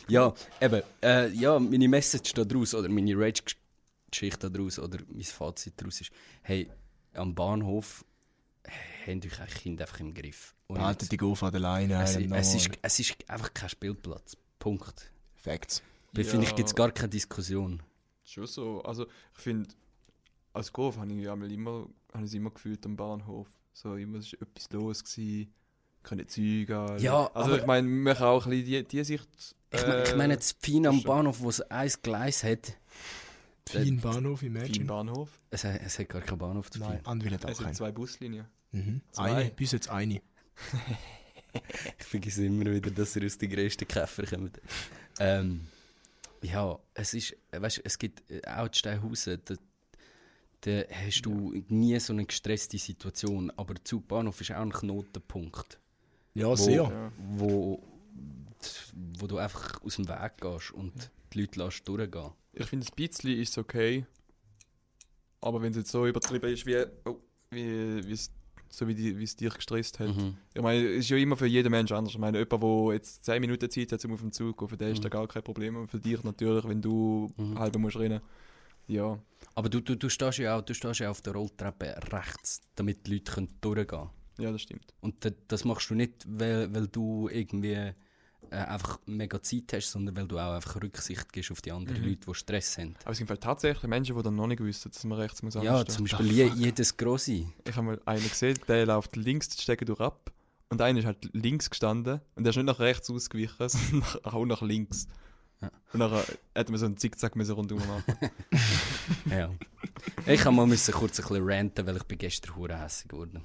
C: ja, eben. Äh, ja, meine Message da draus oder meine Rage-Geschichte da draus oder mein Fazit daraus ist, hey, am Bahnhof habt euch ein Kind einfach im Griff. Und
A: die Golf an der Leine.
C: es, es, ist, es ist einfach kein Spielplatz. Punkt.
A: Facts.
C: Da finde ich,
B: Ja.
C: gibt es gar keine Diskussion.
B: Schon so. Also, ich finde, als Golf habe ich ja mal immer, habe ich es immer gefühlt am Bahnhof. So, immer ist etwas los gewesen. Keine Züge. an.
C: Ja,
B: also
C: aber-
B: ich meine, man kann auch ein bisschen die, die Sicht.
C: Ich, mein, ich
B: äh,
C: meine, das Pfein am
B: schon.
C: Bahnhof, wo es ein Gleis hat,
A: Fein Bahnhof,
B: Im
A: imagine.
B: Bahnhof.
C: es, hat- es hat gar keinen Bahnhof zu Pfein.
A: Nein, Anwil hat
B: Es
A: auch
B: sind
A: keinen.
B: zwei Buslinien.
A: Mhm.
B: Zwei.
A: Eine, bis jetzt eine.
C: Ich vergesse immer wieder, dass ihr aus den grössten Käfer kommt. Ähm, ja, es ist, weißt, es gibt äh, auch in Steinhausen, da, da hast du nie so eine gestresste Situation, aber der Zugbahnhof ist auch ein Knotenpunkt,
A: Ja, sehr.
B: Ja.
C: wo, wo du einfach aus dem Weg gehst und die Leute lässt durchgehen.
B: Ich finde, ein bisschen ist okay. Aber wenn es jetzt so übertrieben ist, wie, oh, wie, wie es so wie, die, wie es dich gestresst hat.
C: Mhm.
B: Ich meine, es ist ja immer für jeden Mensch anders. Ich meine, jemand, der jetzt 10 Minuten Zeit hat, um auf den Zug zu gehen, für den ist da gar kein Problem. Und für dich natürlich, wenn du
C: Mhm.
B: halb musst rennen. Ja.
C: Aber du, du, du, stehst ja auch, du stehst ja auf der Rolltreppe rechts, damit die Leute können durchgehen können.
B: ja, das stimmt.
C: Und das, das machst du nicht, weil, weil du irgendwie äh, einfach mega Zeit hast, sondern weil du auch einfach Rücksicht gibst auf die anderen
A: Mhm.
C: Leute, die Stress haben.
B: Aber es sind vielleicht tatsächlich Menschen, die dann noch nicht wissen, dass man rechts muss
C: Ja,
B: anstehen.
C: zum
A: Ah,
C: Beispiel je, jedes Grosse.
B: Ich habe mal einen gesehen, der läuft links die Stege durch ab. Und einer ist halt links gestanden. Und der ist nicht nach rechts ausgewichen, sondern nach- auch nach links.
C: Ja.
B: Und nachher hätte man so einen Zickzack müssen rundherum machen.
C: Ja. ich habe mal müssen kurz ein bisschen ranten, weil ich bin gestern hure hässig geworden.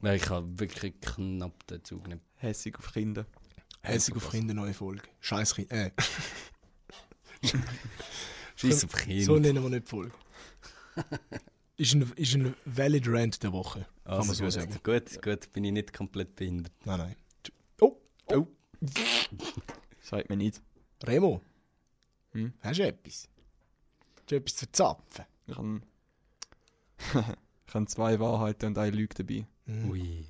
C: Weil ich habe wirklich knapp den Zug nicht.
B: Hässig auf Kinder.
A: Herzlich auf Kinder, neue Folge. Scheiß Kind. Äh,
C: Scheiß auf Kind.
A: so nennen wir nicht die Folge. ist, ein, ist ein valid Rant der Woche. Kann man
C: also,
A: so
C: gut,
A: sagen.
C: gut, gut, bin ich nicht komplett behindert.
A: Nein, nein.
B: Sagt mir nicht.
A: Remo,
B: Hm?
A: hast du etwas? Hast du etwas zu zapfen?
B: Ich habe, ich habe zwei Wahrheiten und eine Lüge dabei.
A: Mhm.
C: Ui.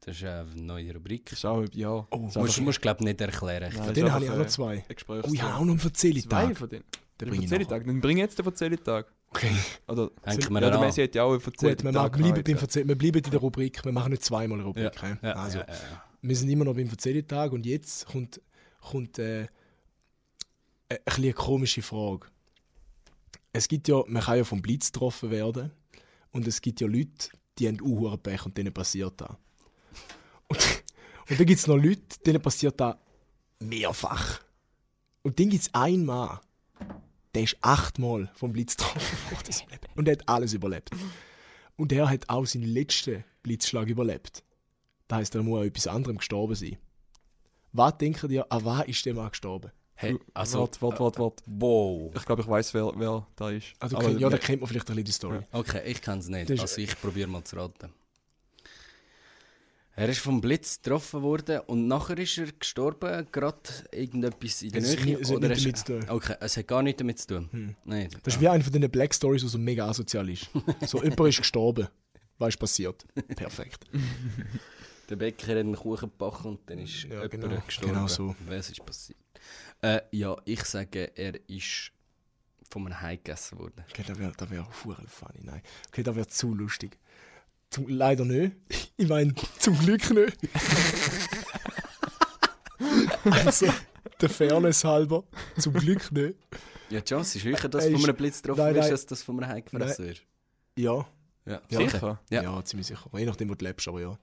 C: Das ist eine neue Rubrik.
B: Ich schaue, ja.
A: Oh,
B: So
C: Du musst,
B: einfach-
C: musst glaube ich, nicht erklären.
B: Nein,
A: Von
B: ist
A: denen
B: einfach äh,
A: habe ich auch noch
B: ein-
A: zwei.
B: ein Gespräch.
A: Oh, ich habe auch noch einen
B: zwei
A: Verzählitag.
B: von denen.
A: Den
B: Den
A: bringe ich nachher.
B: Verzählitag. Dann bring jetzt den Verzählitag.
A: Okay.
B: Oder
C: Denken
B: ja,
C: wir
B: der
C: daran.
B: Messi hat ja auch einen
A: Gut, wir,
B: Verzählitag.
A: machen, bleiben beim
B: angehalten.
A: Verzähl wir bleiben in der Rubrik. Wir machen nicht zweimal eine
C: Ja,
A: Rubrik. hä?
C: ja,
A: also,
C: ja, ja.
A: Wir sind immer noch beim Verzählitag und jetzt kommt, kommt äh, äh, ein bisschen eine komische Frage. Es gibt ja, man kann ja vom Blitz getroffen werden und es gibt ja Leute, die haben auch Pech und denen passiert das. Und, und dann gibt es noch Leute, denen passiert das mehrfach. Und dann gibt es einen Mann, der ist achtmal vom Blitz getroffen worden im Leben. und der hat alles überlebt. Und der hat auch seinen letzten Blitzschlag überlebt. Das heisst, er muss an etwas anderem gestorben sein. Was denkt ihr, an was ist der Mann gestorben?
C: Hä? Also,
B: warte, warte, warte, warte.
C: wow.
B: Ich glaube, ich weiß, wer, wer da ist.
A: Also,
B: Aber-
A: kennt- ja, da kennt man vielleicht ein bisschen die Story.
C: Okay, ich kenne es nicht.
A: Das ist-
C: Also ich probiere mal zu raten. Er ist vom Blitz getroffen worden und nachher ist er gestorben, gerade irgendetwas in der
A: Es hat
C: Nähe.
A: ni- es hat
C: oder
A: nichts
C: ist-
A: damit zu tun. Hm.
C: Okay, es hat gar nichts damit zu tun. Nein. Ah,
A: Das ist wie eine von diesen Black Stories, die so mega asozial ist. So, jemand ist gestorben. Was ist passiert? Perfekt.
C: Der Bäcker hat einen Kuchen gebacken und dann ist
A: Ja,
C: jemand
A: genau.
C: gestorben.
A: Genau so.
C: Was ist passiert? Äh, ja, ich sage, er ist von einem Hai gegessen worden.
A: Okay, das wäre das wär fuhr funny, nein. Okay, das wäre zu lustig. Zum, leider nicht. Ich meine, zum Glück nicht. also, der Fairness halber, zum Glück nicht.
C: Ja, die Chance ist höher, dass
A: Er
C: du von
A: ist-
C: einem Blitz getroffen
A: Nein,
C: wirst,
A: nein.
C: als dass du von einem Hai gefressen wirst.
A: Ja,
C: Ja,
A: Ja.
C: sicher.
B: Sicher?
C: Ja.
A: ja. ziemlich sicher. Je nachdem, wo du lebst, aber ja.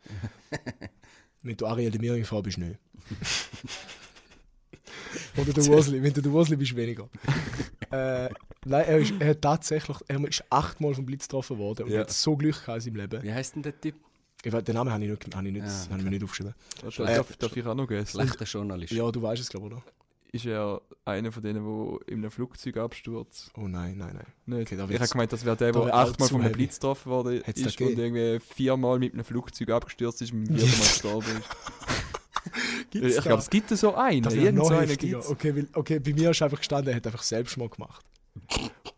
A: Wenn du Ariel de Miring fahren bist, nicht. Oder der Ursli, wenn du der Ursli bist, weniger. äh, nein, er, ist, er hat tatsächlich er ist achtmal vom Blitz getroffen worden und
C: Ja.
A: hat so Glück gehabt in seinem Leben.
C: Wie heißt denn der Typ?
A: Ich weiß, den Namen habe ich, nicht, habe ich, nicht,
C: Ah,
A: habe ich mir nicht aufgeschrieben.
B: Darf,
C: Äh,
B: darf, darf ich auch noch gehen?
C: Schlechter Journalist.
A: Ja, du weißt es, glaube ich, oder?
B: Ist er einer von denen, der in einem Flugzeug abstürzt?
A: Oh nein, nein, nein.
B: Nicht.
A: Okay, da
B: ich
A: wird's-
B: habe gemeint, das wäre der,
A: da
B: der
A: wär auch
B: achtmal
A: zu
B: von einem
A: heavy.
B: Blitz getroffen worden
A: Hätt's da
B: ist und irgendwie viermal mit einem Flugzeug abgestürzt ist und viermal gestorben ist. ich glaube, es gibt so einen.
A: das wäre
B: Irgend
A: noch
B: so einen
A: heftiger.
B: gibt's.
A: Okay, weil, okay, bei mir ist einfach gestanden, er hat einfach selbst mal gemacht.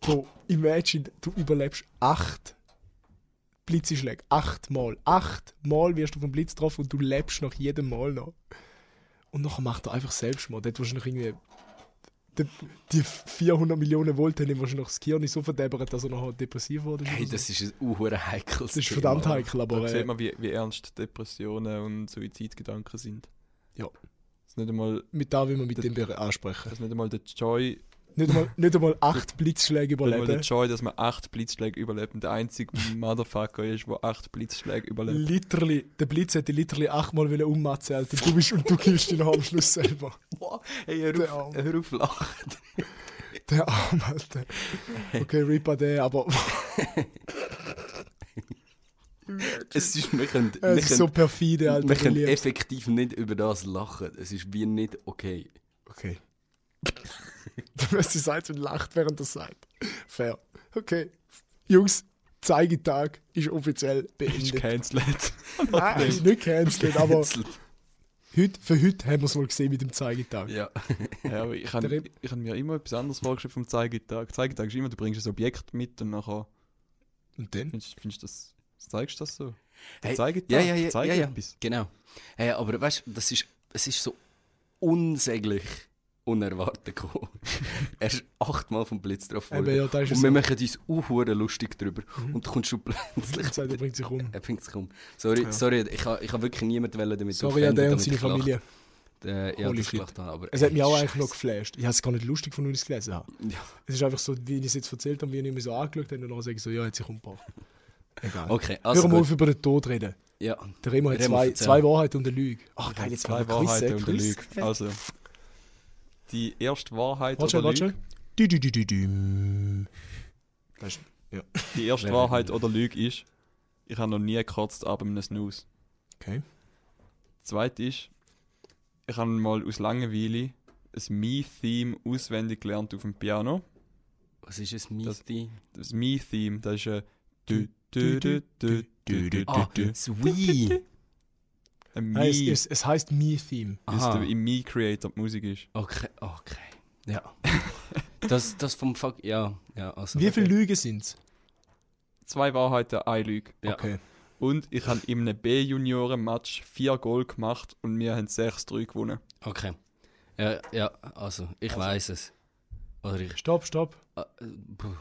A: Bro, imagine, du überlebst acht Blitzeschläge. Achtmal. Achtmal wirst du vom Blitz getroffen und du lebst nach jedem Mal noch. Und nachher macht er einfach selbst mal. Dort wahrscheinlich irgendwie... Die, die 400 Millionen Volt haben ihm wahrscheinlich das Gehirn so verdebert, dass er nachher depressiv wurde.
C: Hey,
A: oder so.
C: das ist ein unhure heikles
A: das ist verdammt
C: Thema.
A: heikel, aber...
B: Da
A: äh,
B: sieht man, wie, wie ernst Depressionen und Suizidgedanken sind.
A: Ja.
B: Das ist nicht einmal,
A: mit da will man mit
B: Das-
A: dem Be- ansprechen.
B: das ist nicht einmal der Joy,
A: Nicht einmal, nicht einmal acht Blitzschläge
B: nicht einmal der
A: überleben.
B: Joy, dass man acht Blitzschläge überlebt und der einzige Motherfucker ist, der acht Blitzschläge überlebt.
A: Literally, der Blitz hätte literally achtmal wollen ummatzen, Alter. Du bist und du gibst ihn am Schluss selber.
C: Boah, hey, hör
A: Der
C: auf,
A: Arm.
C: hör auf lachen.
A: Der Arm, Alter. Okay, Ripper der, aber äh,
C: Es ist, wir können, wir
A: es ist so
C: können,
A: perfide, Alter.
C: wir können
A: Ich lieb's.
C: effektiv nicht über das lachen. Es ist wie nicht okay.
A: Okay. Was sie sagt und lacht, während er sagt. Fair. Okay. Jungs, Zeigetag ist offiziell
B: Ist
A: beendet.
B: cancelled.
A: Nein, ist nicht cancelled, aber
C: Cancelled.
A: heute, für heute haben wir es mal gesehen mit dem Zeigetag.
C: ja.
B: ja, aber ich habe
A: Der-
B: ich hab mir immer etwas anderes vorgestellt vom Zeigetag. Zeigetag ist immer, du bringst ein Objekt mit und nachher
A: Und dann?
B: findest, findest das, zeigst du das so? Der
C: Hm? Hey,
B: Zeigetag,
C: ja, ja, ja,
B: zeigt
C: ja, ja.
B: etwas.
C: Genau. Hey, aber weißt du, das ist, es ist so unsäglich unerwartet gekommen. er ist achtmal vom Blitz getroffen
A: Eben,
C: worden.
A: ja, da ist
C: Und
A: es.
C: wir
A: Und
C: machen uns unhure lustig drüber. Und du kommst schon plötzlich.
A: sagt, er bringt sich um.
C: Er bringt sich um. Sorry,
A: Ja.
C: sorry, ich habe ich ha wirklich niemanden wollen damit
A: Sorry an
C: offenden,
A: den und
C: damit
A: seine
C: ich gelacht
A: Familie.
C: Äh, ja,
A: Holy
C: das
A: shit.
C: gelacht habe, aber
A: Es hat mich auch
C: ey,
A: eigentlich noch geflasht. Ich habe es gar nicht lustig von uns gelesen. Habe.
C: Scheiße. Ja.
A: Es ist einfach so, wie ich es jetzt erzählt habe, wie ich mir so angeschaut habe und dann sage ich so, ja, hat sich umgebracht. Egal.
C: Okay,
A: Also
C: also
A: Hören wir
C: gut.
A: auf, über den Tod reden.
C: Ja.
A: Der Remo hat
C: Remo,
A: zwei,
C: erzähl.
A: zwei Wahrheiten und eine Lüge. Ach
B: Ich
A: geil,
B: hab
A: jetzt
B: zwei
A: kommt ein Quiz.
B: Wahrheiten
A: äh,
B: und eine
A: Quiz.
B: Lüge. Also, die erste Wahrheit
A: Warte,
B: oder Lüge.
A: warte. Du, du, du, du, du. Das ist- Ja,
B: Die erste
C: Wer
B: Wahrheit
C: will
B: oder Lüge ist, ich habe noch nie gekotzt ab einem Snooze.
A: okay.
B: Die zweite ist, ich habe mal aus Langeweile ein Me-Theme auswendig gelernt auf dem Piano.
C: Was ist ein Mighty?
B: Das Me-Theme, das ist ein dü, dü, dü, dü, dü, dü,
C: Ah,
B: dü, dü.
C: das Wii.
B: Ein
A: Nein,
B: Me,
A: es,
B: weil
A: es, es heisst Me-Theme.
B: es
C: Aha.
B: der- im Me-Creator die Musik ist.
C: Okay, okay. Ja. Das, das vom Fuck. Ja, ja, also.
A: Wie viele Lügen sind es?
B: Zwei Wahrheiten, eine Lüge.
C: Ja.
A: Okay.
B: Und ich habe in einem B-Junioren-Match vier Goal gemacht und wir haben 6-3 gewonnen.
C: Okay. Ja, ja, also, ich weiß es. Oder ich.
A: Stopp, stopp.
C: äh, puh.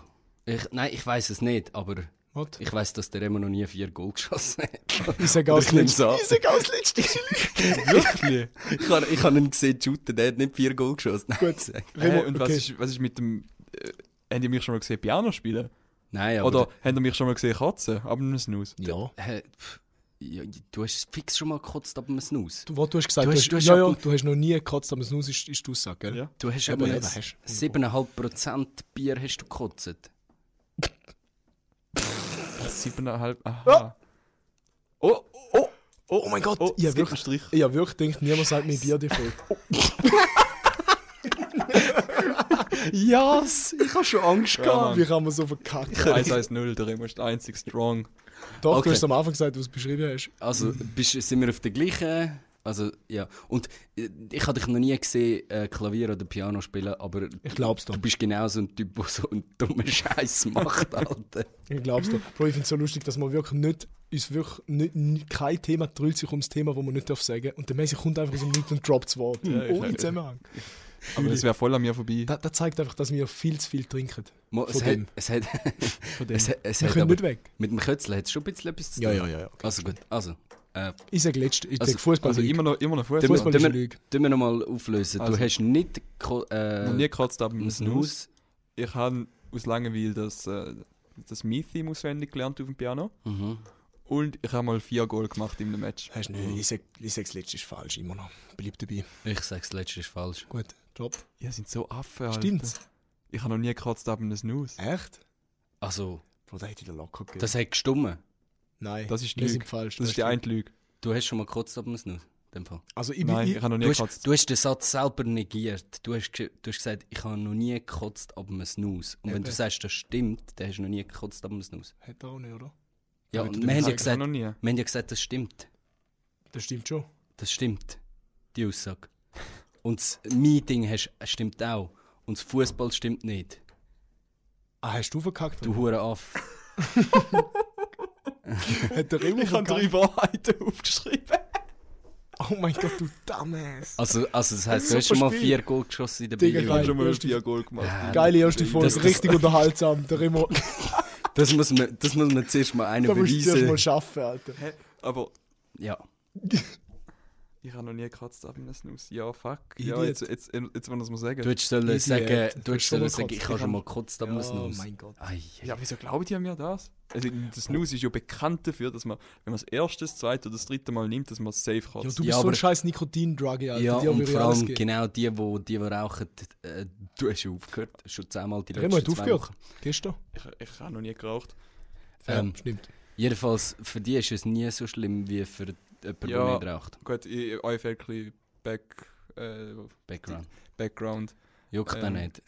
C: ich nein, ich weiß es nicht, aber
A: Warte.
C: ich weiß, dass der Remo noch nie vier Goal geschossen hat.
A: Ich sage auch das
C: Ich nehm's
A: Letzte.
C: an.
A: Ich sage auch das Letzte.
B: Wirklich?
C: Ich habe ich hab ihn gesehen, shooten, der hat nicht vier Goal geschossen. Nein,
A: Gut.
C: gesagt.
B: Hey,
A: Remo,
B: und was,
A: okay.
B: ist, was ist mit dem... Äh, habt ihr mich schon mal gesehen Piano spielen?
C: Nein, aber.
B: Oder habt ihr mich schon mal gesehen kotzen? Aber einem Snooze.
A: Ja.
C: Hä, pff, ja, du hast fix schon mal gekotzt ab dem Snooze.
A: Du, was, du hast gesagt,
C: Du
A: du
C: hast-
A: hast,
C: du hast
A: ja,
C: ab
A: ja,
C: und-
A: du hast noch nie gekotzt, aber es ist, ist die Aussage, gell?
B: Ja.
C: Du hast
A: Ja,
C: aber
A: aber
C: jetzt
A: jetzt hast du-
C: 7,5% Bier hast du gekotzt.
B: 7,5. Aha. Oh, oh, oh,
A: Oh mein Gott,
B: oh
A: ich
B: es
A: habe
B: gibt
A: wirklich,
B: einen Strich.
A: ich hab wirklich gedacht, niemand sagt mir Bier die Folge.
C: Ja, yes, ich habe schon Angst
B: Ja, Mann.
A: Wie kann man so verkacken? Also,
B: 1-1-0, der Remo ist der einzige Strong.
A: Doch, du
C: Okay.
A: hast am Anfang gesagt, was du beschrieben hast.
C: Also
A: Hm.
C: bist, sind wir auf der gleichen. Also ja. Und äh, ich habe dich noch nie gesehen äh, Klavier oder Piano spielen, aber
A: Ich glaub's doch.
C: du bist genau so ein Typ, der so einen dummen Scheiß macht, Alter.
A: Ich glaub's doch. Bro, ich find's so lustig, dass man wirklich nicht, uns wirklich nicht, nicht, kein Thema dreht sich ums Thema, das man nicht darf sagen. Und der Messi kommt einfach aus dem Nichts und droppt das Wort.
B: Ja, ich-
A: Ohne Zusammenhang.
B: Aber das wäre voll an mir vorbei.
A: Das, das zeigt einfach, dass wir viel zu viel trinken.
C: Mo, es,
A: Von
C: hat,
A: dem.
C: es hat.
B: Von dem.
C: es hat, es
A: Wir
C: hat
A: können
C: aber,
A: nicht weg.
C: mit dem Kötzel hat es schon ein bisschen etwas zu tun.
A: ja. ja.
C: Also gut, also. Äh,
A: Ich sag letztes. Ich
C: Also-
A: sag Fußball.
B: Also immer noch, immer noch Fußball.
A: Fußball ist
C: Dann-
A: eine Lüge.
C: tun wir nochmal auflösen.
B: Also.
C: Du hast nicht. ko- Äh,
B: Noch nie gekratzt ab dem
C: einen
B: Snooze.
C: Snus.
B: Ich habe aus Langeweile das, äh, das Myth-Theme auswendig gelernt auf dem Piano.
C: Mhm.
B: Und ich habe mal vier Goal gemacht in einem Match.
A: Hast du nicht. Ich sag, ich sag's letztes ist falsch. Immer noch. Bleib dabei.
C: Ich sag's, das letzte ist falsch.
A: Gut. Top.
B: Ihr sind so Affen, Alter.
A: Stimmt's?
B: Ich habe noch nie gekratzt ab einem Snooze.
A: Echt?
C: Also,
A: Bro, da hätte ich den locker gegeben.
C: das hat gestummen.
A: Nein.
B: Das ist
A: wir
B: Lüge.
A: sind falsch.
B: Das ist die
A: stimmt.
B: eine Lüge.
C: Du hast schon mal gekotzt ab dem Snus. in dem Fall.
A: Also ich,
B: Nein,
A: ich,
B: ich habe noch nie
C: Du hast,
B: gekratzt.
C: du hast den Satz selber negiert. Du hast, gesch- du hast gesagt, ich habe noch nie gekotzt ab einem Snus. Und wenn du
A: Eben.
C: sagst, das stimmt, dann hast du noch nie gekotzt ab einem Snus.
A: Hat er auch nicht, oder?
C: Ja,
A: Aber
C: und
A: du
C: wir haben ja,
B: Nein, ich habe
C: gesagt,
B: noch nie.
C: wir haben ja gesagt, das stimmt.
A: Das stimmt schon.
C: Das stimmt. Die Aussage. Und das Meeting hast, stimmt auch. Und das Fußball stimmt nicht.
A: Ah, hast du verkackt?
C: Du hure Aff.
A: Hat er immer verkackt?
B: Wahrheiten aufgeschrieben.
A: Oh mein Gott, du Dumbass.
C: Also, also das heisst, du
A: Super
C: hast schon mal
A: Spiel.
C: vier Goal geschossen in der
A: Digga,
B: Ich
A: Geil,
B: habe
C: Billy.
B: schon mal
A: erste-
B: vier Goal gemacht.
A: Geile erste
B: Das-
A: Folge,
C: das-
A: richtig unterhaltsam. Der Remo,
C: Das muss man, das muss man zuerst mal einer
A: da musst du zuerst mal
C: beweisen.
A: schaffen, Alter.
B: Hä? Aber
C: Ja.
B: ich habe noch nie gekratzt ab einem Snooze. Ja, fuck. Ja,
A: Idiot.
B: jetzt, jetzt, jetzt wollen wir es mal sagen.
C: Du hättest sollen
A: Idiot.
C: sagen, du
A: Du hast
C: hättest
A: schon
C: sollen
A: mal
C: sagen, ich
A: gekotzt.
C: habe schon mal gekotzt ab einem Snus.
A: Oh Gott. Also
C: Ei, ei.
B: Ja, wieso glaubt ihr mir das? Also, das Snooze ist ja bekannt dafür, dass man, wenn man das erste, das zweite oder das dritte Mal nimmt, dass man es safe
A: Ja,
B: kratzt.
A: du bist
C: Ja,
A: so
C: aber-
A: ein scheiß Nikotin-Druggy, Alter.
C: Ja,
A: Die
C: und
A: würde ich
C: vor
A: alles
C: allem
A: geben.
C: genau die, wo, die, die rauchen, äh, du hast ja aufgehört. Schon zehnmal die
A: Der Remo hat
C: letzten zwei
A: aufgehört.
C: Wochen.
A: Gestern.
B: Ich, ich habe noch nie geraucht.
C: Ähm,
A: ja, stimmt.
C: Jedenfalls, für die ist es nie so schlimm wie für jemanden,
B: Ja.
C: der nicht raucht.
B: Gut, ich, euch fehlt ein bisschen Back, äh,
C: Background.
B: Background.
C: Juckt ähm.
B: Ähm.
C: nicht.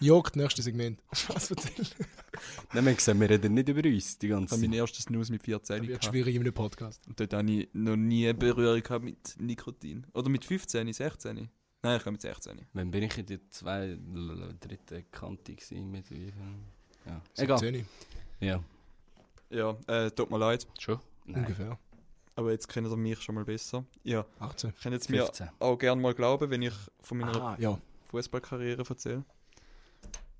A: Jagt, nächstes Segment. Was erzählen?
C: Nein, wir haben gesagt, wir reden nicht über uns die
B: Ich
C: ganze
B: habe meinen
C: Zeit.
B: ersten Snooze mit 14
A: Das wird
B: gehabt.
A: schwierig in einem Podcast.
B: Und dort habe ich noch nie Berührung gehabt mit Nikotin. Oder mit 15, 16. Nein, ich habe mit 16.
C: Wann bin ich in der zwei, l- l- dritten Kante gewesen? Mit wie viel? Ja. Egal.
A: 17,
C: Ja.
B: Ja, äh, tut mir leid,
C: Schon? Nein.
A: Ungefähr.
B: aber jetzt kennt ihr mich schon mal besser. Ja,
A: 18.
B: könnt jetzt mir
C: 15.
B: auch gerne mal glauben, wenn ich von meiner
A: Ah, ja.
B: Fußballkarriere erzähle.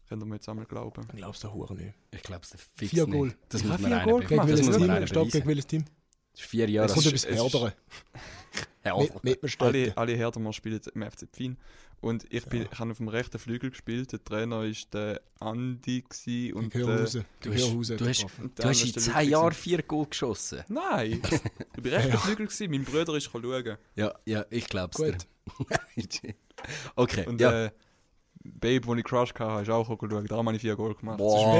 B: Könnt ihr mir jetzt einmal glauben.
A: Dann glaubst du den Huren nicht.
C: Ich glaube, es ist fix
A: Vier
C: nicht.
A: Goal.
C: Das
B: Ich
C: muss
B: habe
C: man
B: vier
C: einer
B: Goal
C: be-
B: gemacht.
A: Gegen
C: Das
A: welches
C: muss man einer
A: Team? Stopp, gegen
C: beweisen.
A: welches Team?
C: Das ist vier Jahre.
A: Es kommt
B: ist-
A: etwas
B: es ist-
A: härtere.
C: Ja,
A: Nicht nicht mehr
B: Alle,
A: stärker.
B: alle Herthamer spielen jetzt im FC Pfin. Und ich bin,
A: Ja.
B: ich habe auf dem rechten Flügel gespielt. Der Trainer war der Andi. Gewesen, und
A: Gehör
B: der-
A: raus.
C: du
A: Gehör
C: hast-
A: raus.
C: du hast-
A: getroffen.
B: und
C: Du
B: der andere
C: hast in
B: ist der
C: 10
B: Ludwig
C: Jahren
B: gewesen.
C: vier Goal geschossen.
B: Nein! ich war rechter Flügel. Gewesen. Mein Bruder ist schauen.
C: Ja, ja, ich glaub's dir.
A: Gut.
C: okay,
B: Und
C: ja.
B: äh, Babe, wo ich Crush hatte, ist auch schauen. Darum habe ich vier Goal gemacht.
C: Boah.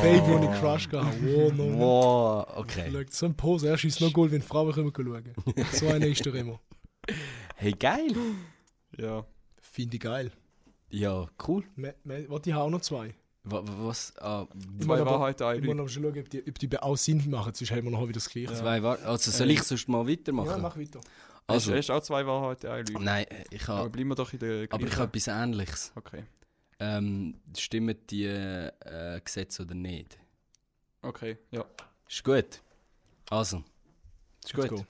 A: Babe, Babe, wo ich Crush gehabt habe. Wow, no.
C: Oh. wow,
A: Schau,
C: okay.
A: So ein Pose, er schießt noch Goal, wenn Frauen kommen schauen. So einer ist der immer.
C: Hey, geil.
B: Ja.
A: Finde ich geil.
C: Ja, cool.
A: Me- me- Warte, ich habe auch noch zwei.
C: Wa- wa- Was? Ah,
A: Ich
B: Zwei
A: muss aber-
B: Wahrheiten,
A: Ich
B: eine
A: muss
B: Lüge.
A: noch schon schauen, ob die, ob die auch Sinn machen, sonst haben wir nachher wieder das Gleiche.
C: zwei war. Also soll ich sonst mal weitermachen?
A: Ja, mach weiter.
B: Also,
C: also,
B: hast du auch zwei Wahrheiten, eine Lüge?
C: nein, äh, ich
B: Aber
C: habe.
B: bleiben wir doch in der
C: Aber ich
B: gleichen-
C: habe etwas Ähnliches.
B: Okay.
C: Ähm, stimmen die äh, Gesetze oder nicht?
B: Okay, ja.
C: Ist gut. Also, ist
A: Let's
C: gut.
A: go.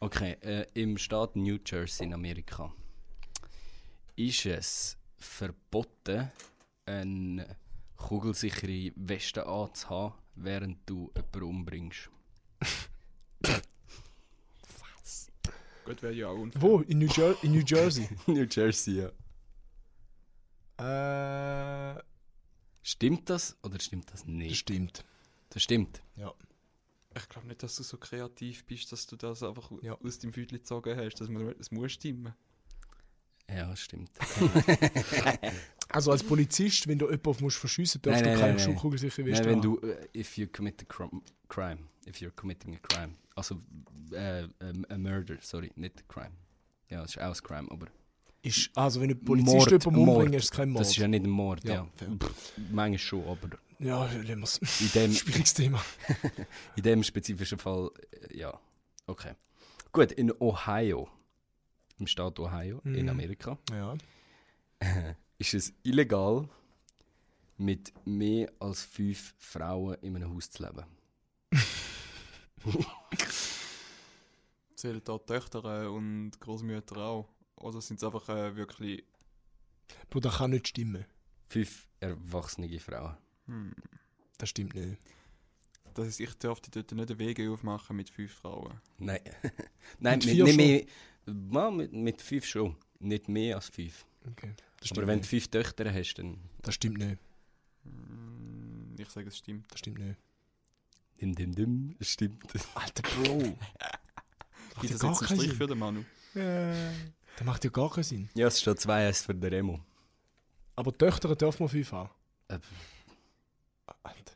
C: Okay, äh, im Staat New Jersey in Amerika ist es verboten, eine kugelsichere Weste anzuhaben, während du jemanden umbringst.
B: Gut, wäre ja auch unfair.
A: Wo? In New, Jer in New Jersey?
C: New Jersey, ja.
A: äh,
C: Stimmt das oder stimmt das
A: das
C: nicht?
A: stimmt.
C: Das stimmt.
B: Ich glaube nicht, dass du so kreativ bist, dass du das einfach
A: Ja.
B: aus dem Füdli gezogen hast. Das muss, das muss stimmen.
C: Ja, stimmt.
A: Also als Polizist, wenn du jemanden musst verschiessen darfst
C: Hm.
A: du
C: Nein, nein,
A: keine
C: nein, nein.
A: Schuhkugel sicher
C: Nein, wenn du, äh, if you commit a cr- crime, if you're committing a crime, also äh, ähm, a murder, sorry, nicht crime. Ja, es ist auch ein Crime, aber
A: Ist, also wenn du Polizist
C: Mord,
A: jemanden umbringst,
C: Mord.
A: ist es kein Mord.
C: Das ist ja nicht ein Mord, ja.
A: Ja.
C: Pff, manchmal schon, aber
A: ja, lassen wir es.
C: in dem,
A: Schwieriges Thema.
C: in dem spezifischen Fall, äh, ja. Okay. Gut, in Ohio, im Staat Ohio, in
A: Mhm.
C: Amerika,
A: Ja.
C: ist es illegal, mit mehr als fünf Frauen in einem Haus zu leben.
B: Zählen da Töchter äh, und Großmütter auch? Oder sind es einfach äh, wirklich.
A: Aber das kann nicht stimmen.
C: Fünf erwachsene Frauen.
B: Hm,
A: Das stimmt nicht.
B: das ist, ich dürfte dort nicht den Weg aufmachen mit fünf Frauen.
C: Nein. Nein,
A: Mit
C: mit,
A: vier
C: nicht mehr. Ma, mit, mit fünf schon. Nicht mehr als fünf.
A: Das stimmt
C: Aber wenn du
A: nicht.
C: fünf Töchter hast, dann.
A: Das stimmt nicht.
B: Hm, ich sage, es stimmt.
A: Das stimmt nicht.
C: Dim, dim, dim. Stimmt.
A: Alter Bro.
B: Gibt
A: Macht ja
B: es jetzt
A: gar
B: einen
A: keinen
B: Strich
A: Sinn.
B: für den Manu?
A: Das macht ja gar keinen Sinn.
C: Ja, es steht 2-1 für den Remo.
A: Aber Töchter dürfen wir fünf haben.
C: Äh.
A: Alter.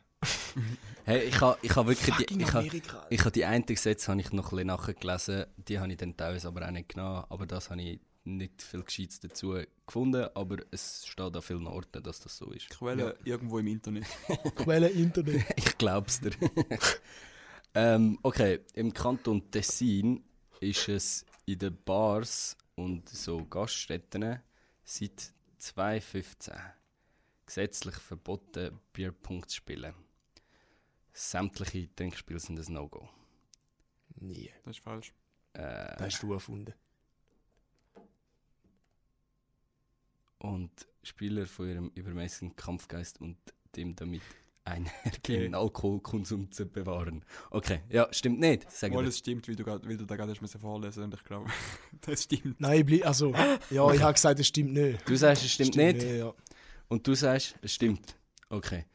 C: Hey, ich habe ich ha wirklich. Die,
A: Fucking
C: ich ha,
A: Amerika.
C: ich ha die einen Gesetze habe ich noch ein bisschen nachgelesen. Die habe ich dann teilweise aber auch nicht genommen. Aber das habe ich nicht viel Gescheites dazu gefunden. Aber es steht an vielen Orten, dass das so ist.
B: Quelle irgendwo im Internet.
A: Quelle Internet.
C: Ich glaub's dir. ähm, okay, im Kanton Tessin ist es in den Bars und so Gaststätten seit 2015 gesetzlich verboten, Bierpunkt zu spielen. Sämtliche Trinkspiele sind ein No-Go.
A: Nie.
B: Das ist falsch.
A: Das
C: Äh,
A: hast du erfunden.
C: und Spieler von ihrem übermäßigen Kampfgeist und dem damit einhergehenden Alkoholkonsum zu bewahren. Okay, ja, stimmt nicht. Sagen
B: Obwohl
C: wir.
B: es stimmt, wie du, grad- weil du da gerade hast müssen vorlesen und ich glaube, das stimmt.
A: Nein, ich bleib, also, ja, ich habe gesagt, das stimmt nicht.
C: Du sagst, es Ah! stimmt nicht.
A: ja.
C: Und du sagst, es stimmt. Okay.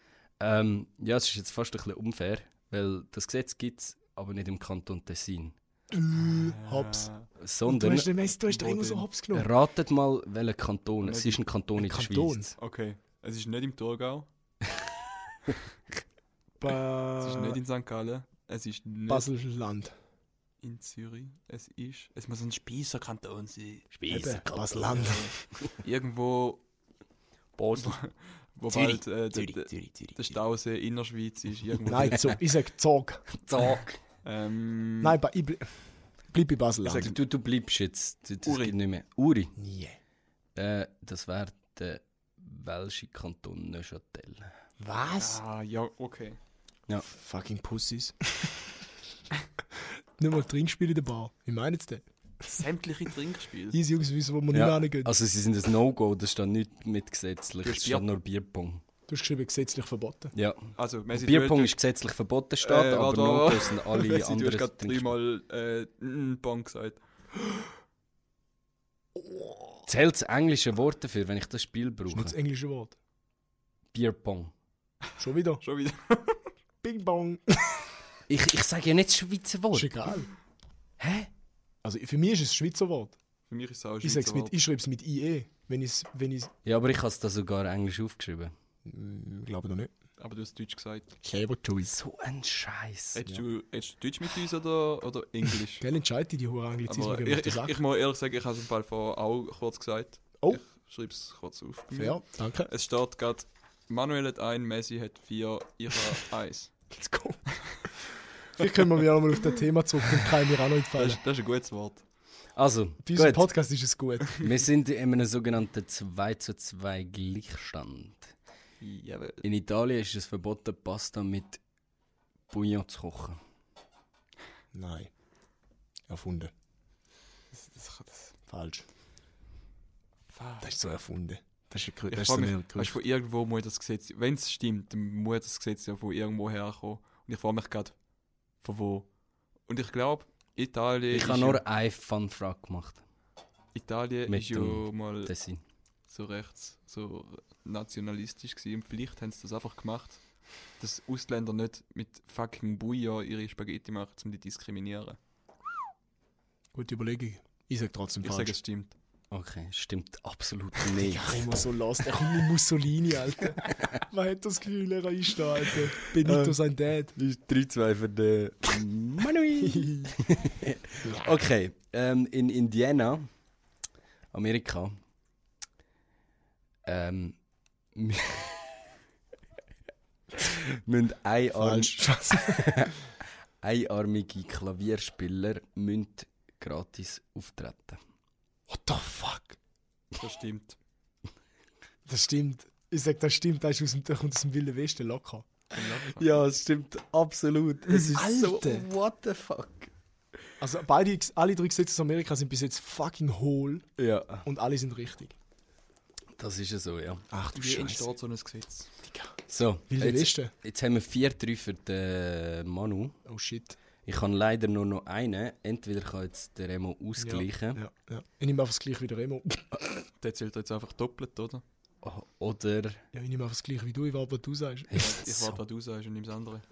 C: Ähm, ja, es ist jetzt fast ein bisschen unfair, weil das Gesetz gibt es, aber nicht im Kanton Tessin.
A: Du, hops.
B: Äh,
A: Du
C: Ah. Sondern,
A: hast, den Messi, du hast den
B: Wo
A: immer so
B: denn?
A: hops genommen.
C: ratet mal, welcher Kanton. Es
B: Nicht-
C: ist ein Kanton in
A: Ein
C: der
A: Kanton?
C: Schweiz.
B: okay. Es ist nicht im Thurgau, es ist nicht
A: Ba
B: in St. Gallen, es ist nicht
A: Baselland.
B: in Zürich, es ist. Es muss ein Spießerkanton sein.
A: Eben, Baselland.
B: Irgendwo,
C: Basel.
B: wo
C: Zürich,
B: bald äh,
C: Zürich,
B: der,
C: Zürich, Zürich.
B: der Stausee Innerschweiz ist. Irgendwo
A: Nein, so, ich sag Zog.
C: Zack.
B: Ähm,
A: Nein, ba, ich bleib, bleib bei
B: Ich
A: Baselland.
B: sag-
C: Du, du bleibst jetzt. Das das
B: Uri.
C: Geht nicht mehr. Uri.
A: Nie.
C: Äh, das wäre der welsche Kanton Neuchâtel.
A: Was?
B: Ah, ja, okay.
A: Fucking Pussies. Nicht mal Trinkspiele in der Bar. Wie meinen Sie denn?
B: Sämtliche Trinkspiele.
A: Diese Jungs wissen, wo wir
C: Ja.
A: nicht hingehen.
C: Also, sie sind ein No-Go, da steht nichts mit gesetzlich.
B: Du hast
C: Es steht
B: Bier-
C: nur Bierpong.
A: Du hast geschrieben, gesetzlich verboten.
C: Ja.
B: Also, Messi,
C: Bierpong ist gesetzlich verboten, steht,
B: Äh,
C: aber
B: warte,
C: no
B: warte.
C: go sind alle
B: Messi, du hast
C: anderen
B: gerade
C: Trinkspiele.
B: dreimal äh, n- Pong gesagt.
C: Zählt das englische Wort dafür, wenn ich das Spiel
A: Das ist nicht das
C: brauche?
A: englische Wort.
C: Bierpong.
A: Schon wieder.
B: Schon wieder.
A: Bing bong.
C: Ich, ich sage ja nicht das Schweizer
A: Ist
C: Wort.
A: egal.
C: Hä?
A: Also für mich ist es ein Schweizer Wort.
B: Für mich ist es auch ein
A: Ich, sag's
B: Schweizer
A: mit,
B: Wort.
A: ich schreibe es mit IE. Wenn ich wenn ich's-
C: Ja, aber ich habe es da sogar englisch aufgeschrieben.
A: Mm, glaube noch nicht.
B: Aber du hast Deutsch gesagt.
A: Leberjuice.
C: So ein Scheiß.
B: Hättest, du, hättest du Deutsch mit uns oder, oder Englisch?
A: Gell, entscheide die hohe Anglizismen
B: Aber
A: gehen auf
B: ich,
A: den
B: ich,
A: Sack.
B: ich muss ehrlich sagen, ich habe es im Fall vor auch kurz gesagt.
A: Oh.
B: Ich schreibe es kurz auf.
A: Fair, danke.
B: Es steht gerade, Manuel hat ein, Messi hat vier, ich habe eins.
A: Let's go. Vielleicht können wir wieder nochmal auf das Thema zurück, dann kann ich mir auch noch
B: Das,
A: entfallen.
B: ist- das ist ein gutes Wort.
C: Also,
A: Bei unserem
C: gut.
A: Podcast ist es gut.
C: Wir sind in einem sogenannten 2 zu 2 Gleichstand.
B: Jawohl.
C: In Italien ist es verboten, Pasta mit Bouillon zu kochen.
A: Nein. Erfunden.
B: Das, das, das,
A: Falsch.
B: fuck.
A: Das ist so erfunden. Das ist, ein Gerü-
B: Ich
A: das ist so
B: frag
A: ein
B: Weißt,
A: Gerücht.
B: du, von irgendwo muss das Gesetz, wenn es stimmt, dann muss das Gesetz ja von irgendwo herkommen. Und ich frage mich gerade, von wo? Und ich glaube,
A: Äh,
B: Italien,
C: Ich
B: ist
C: habe
B: ja,
C: nur eine Fun-Frage gemacht.
B: Italien
C: mit
B: ist ja
C: dem-
A: Äh.
B: mal
C: Tessin.
B: so rechts, so nationalistisch gewesen. Und vielleicht haben sie das einfach gemacht, dass Ausländer nicht mit fucking Bouillon ihre Spaghetti machen, um die zu diskriminieren.
A: Gute Überlegung. Ich sag trotzdem
B: Ich sage, es
A: falsch.
B: stimmt.
C: Okay, stimmt absolut nicht.
A: Ich bin immer so lost. Er kommt mit Mussolini, Alter. Man hat das Gefühl, er ist da, Alter. Äh. Benito,
C: Ähm.
A: sein Dad.
C: 3-2 für den Manuel. okay, ähm, in Indiana Amerika. Ähm. mü- müssen einarm,
A: Falsch. Spaß.
C: einarmige Klavierspieler müssen gratis auftreten.
A: What the fuck?
B: Das stimmt.
A: Das stimmt. Ich sag, das stimmt, das, ist aus dem, das kommt aus dem Wilden Westen locker.
C: Ja, es stimmt absolut. Es ist
A: Alter.
C: so. What the fuck?
A: Also beide, alle drei Gesetze aus Amerika sind bis jetzt fucking hohl
C: Ja.
A: und alle sind richtig.
C: Das ist ja so, ja.
A: Ach
B: Wie entsteht so ein Gesetz?
C: So,
A: Wilde
C: jetzt,
A: Westen.
C: jetzt haben wir vier drei für den Manu.
A: Oh shit.
C: Ich kann leider nur noch einen. Entweder kann jetzt der Remo ausgleichen
A: Ja, ja. Ich nehme einfach das gleiche wie der Remo.
B: Der zählt jetzt einfach doppelt, oder?
C: o- oder.
A: Ja, ich nehme einfach das gleiche wie du, ich warte, was du sagst.
B: Ich warte, was du sagst und nimm das andere.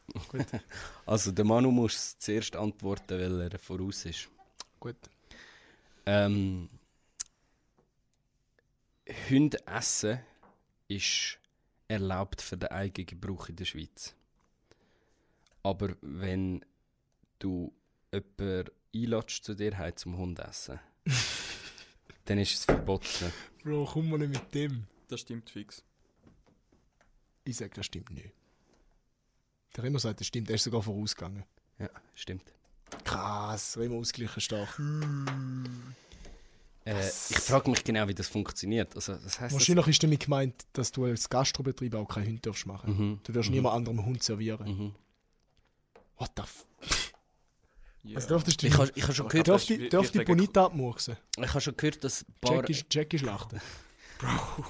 C: Also, der Manu muss zuerst antworten, weil er voraus ist.
A: Gut.
C: Ähm, Hunde essen ist erlaubt für den eigenen Gebrauch in der Schweiz. Aber wenn du jemanden einladest zu dir heim zum Hund essen, dann ist es verboten.
A: Bro, komm mal nicht mit dem.
B: Das stimmt fix.
A: Ich sag, das stimmt nicht. Der Remo sagt, das stimmt, er ist sogar vorausgegangen.
C: Ja, stimmt.
A: Krass, Remo ausgleichen stark. Hm.
C: Äh, ich frage mich genau, wie das funktioniert. Also, das heisst, das-
A: Wahrscheinlich ist damit gemeint, dass du als Gastrobetrieb auch keinen Hund darfst machen.
C: Mhm.
A: Du darfst niemand anderem Hund servieren.
C: Mhm.
A: What the f... Also,
B: Ja.
A: Was dürftest du...
C: Ich habe ich hab schon, gehört-
A: Darf
B: das-
A: die,
B: ich-
A: darf
B: ich
A: die
B: denke-
A: Bonita abmurksen?
C: ich hab schon gehört, dass Bar.
A: Jackie, Jackie schlachten.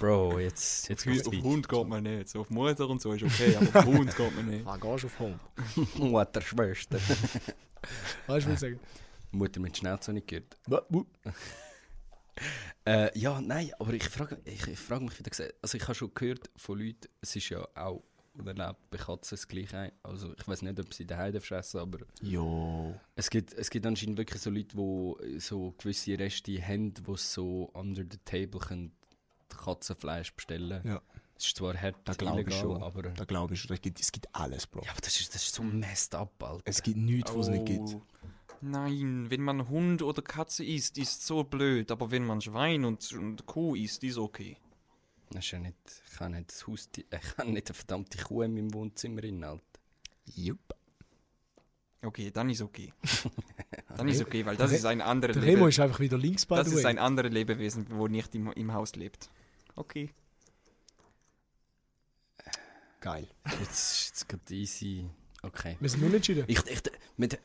C: Bro, jetzt, jetzt
B: Auf, Hund-
C: geht's
B: auf
C: weit.
B: Hund geht man nicht. So auf Mutter und so ist okay, aber auf Hund geht man nicht.
A: Ah, gehst auf Hund.
C: Mutter, Schwester.
A: Weißt du, was ich sagen?
C: Mutter mit Schnauze nicht gehört.
A: Wup.
C: Äh, ja, nein, aber ich frage ich, ich frag mich, wie gesagt, also ich habe schon gehört von Leuten, es ist ja auch unerlaubt bei Katzen das Gleiche. Also ich weiß nicht, ob sie daheim dürfen essen, aber
A: Jo.
C: es gibt, es gibt anscheinend wirklich so Leute, die so gewisse Reste haben, die so under the table können Katzenfleisch bestellen
A: Ja.
C: Es ist zwar hart
A: Da glaub ich schon.
C: aber... äh,
A: Da glaube ich, es gibt, es gibt alles, Bro.
C: Ja, aber das ist, das ist so messed up, Alter.
A: Es gibt nichts, was es nicht gibt.
B: Oh. Nein, wenn man Hund oder Katze isst, ist so blöd. Aber wenn man Schwein und, und Kuh isst, ist okay.
C: Das ist ja nicht, ich habe nicht, das Haustier, ich habe nicht eine verdammte Kuh in meinem Wohnzimmer drin, Alter.
A: Jupp.
B: Okay, dann ist okay. dann ist okay, weil das ist ein anderes
A: Der Remo
B: Leben.
A: ist einfach wieder links, by
B: Das
A: the
B: ist
A: way.
B: ein anderes Lebewesen, wo nicht im, im Haus lebt. Okay.
A: Geil.
C: Jetzt ist jetzt gerade easy. Okay.
A: Wir sind unentschieden.
C: Ich, ich, mit,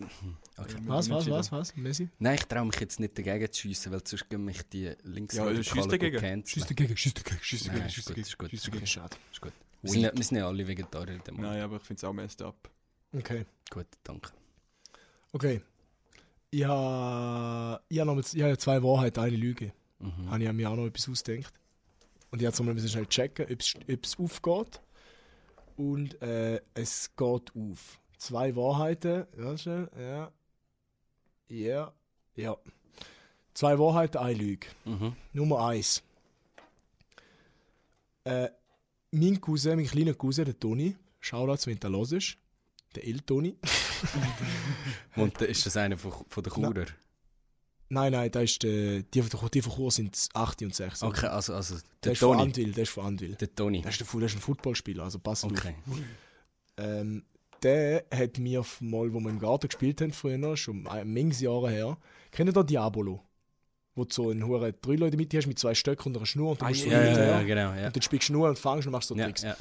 C: okay.
A: Was, was, was, was? Messi?
C: Nein, ich traue mich jetzt nicht dagegen zu schiessen, weil sonst gehen mich die links
B: Ja, also schiess dagegen.
A: Schieß dagegen, schieß dagegen, schieß
C: Nein,
A: dagegen,
C: ist
A: schieß
C: gut,
A: dagegen.
C: ist gut.
A: Schieß dagegen. Schade.
C: Ist gut. Wir sind, ja- wir sind ja alle Vegetarier. in dem Moment.
B: Nein, aber ich finde es auch messed up.
A: Okay.
C: Gut, danke.
A: Okay. Ich habe ich hab nochmal- ich hab ja zwei Wahrheiten, eine Lüge.
C: Mhm.
A: Habe ich mir auch noch etwas ausgedacht. Und ich musste mal ein bisschen schnell checken, ob es aufgeht. Und äh, es geht auf. Zwei Wahrheiten. Ja, schön. Ja. Ja. Ja. Zwei Wahrheiten, eine Lüge.
C: Mhm.
A: Nummer eins. Äh, mein Cousin, mein kleiner Cousin, der Toni, schau da, wenn du los ist. Der El Toni.
C: Und da ist das einer von, von den Churer?
A: Nein, nein, da ist der, die, von- die von Chur sind 8 und 6.
C: Okay, also, also
A: der
C: der
A: ist von
C: Toni.
A: Anwil, der ist von Anwil.
C: Der Toni.
A: Der ist, der, Fu- der ist ein Footballspieler, also passt auf.
C: Okay.
A: Ähm, der hat mir mal, wo wir im Garten gespielt haben früher, schon manches Jahre her, kennt ihr Diabolo? Wo du so einen hohen drei Leute mit dir hast, mit zwei Stöcken und einer Schnur und du musst so
C: Ah, Ja,
A: hin
C: ja,
A: und
C: ja,
A: her.
C: genau. Ja.
A: Und dann spielst du nur und fangst und machst so
C: Ja,
A: Tricks.
C: ja.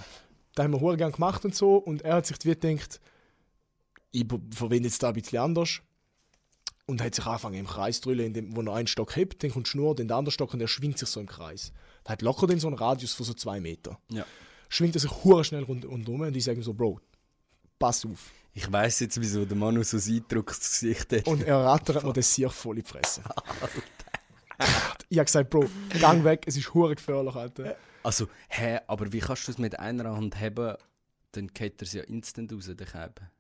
A: Da haben wir hure gern gemacht und so. Und er hat sich wie gedacht, ich b- verwende jetzt da ein bisschen anders. Und hat sich angefangen im Kreis zu drüllen, in dem, wo er einen Stock hebt, dann kommt die Schnur, dann der andere Stock und er schwingt sich so im Kreis. Da hat locker den so einen Radius von so zwei Meter.
C: Ja.
A: Schwingt er sich hure schnell rund, rundum und ich sage ihm so, Bro, pass auf.
C: Ich weiss jetzt, wieso der Manu so ein eindrucktes Gesicht hat.
A: Und er rattert mir den Sieg voll in die Fresse. ich habe gesagt, Bro, gang weg, es ist hure gefährlich, Alter.
C: Also, hä, aber wie kannst du es mit einer Hand haben, dann geht er es ja instant raus, der Käbe.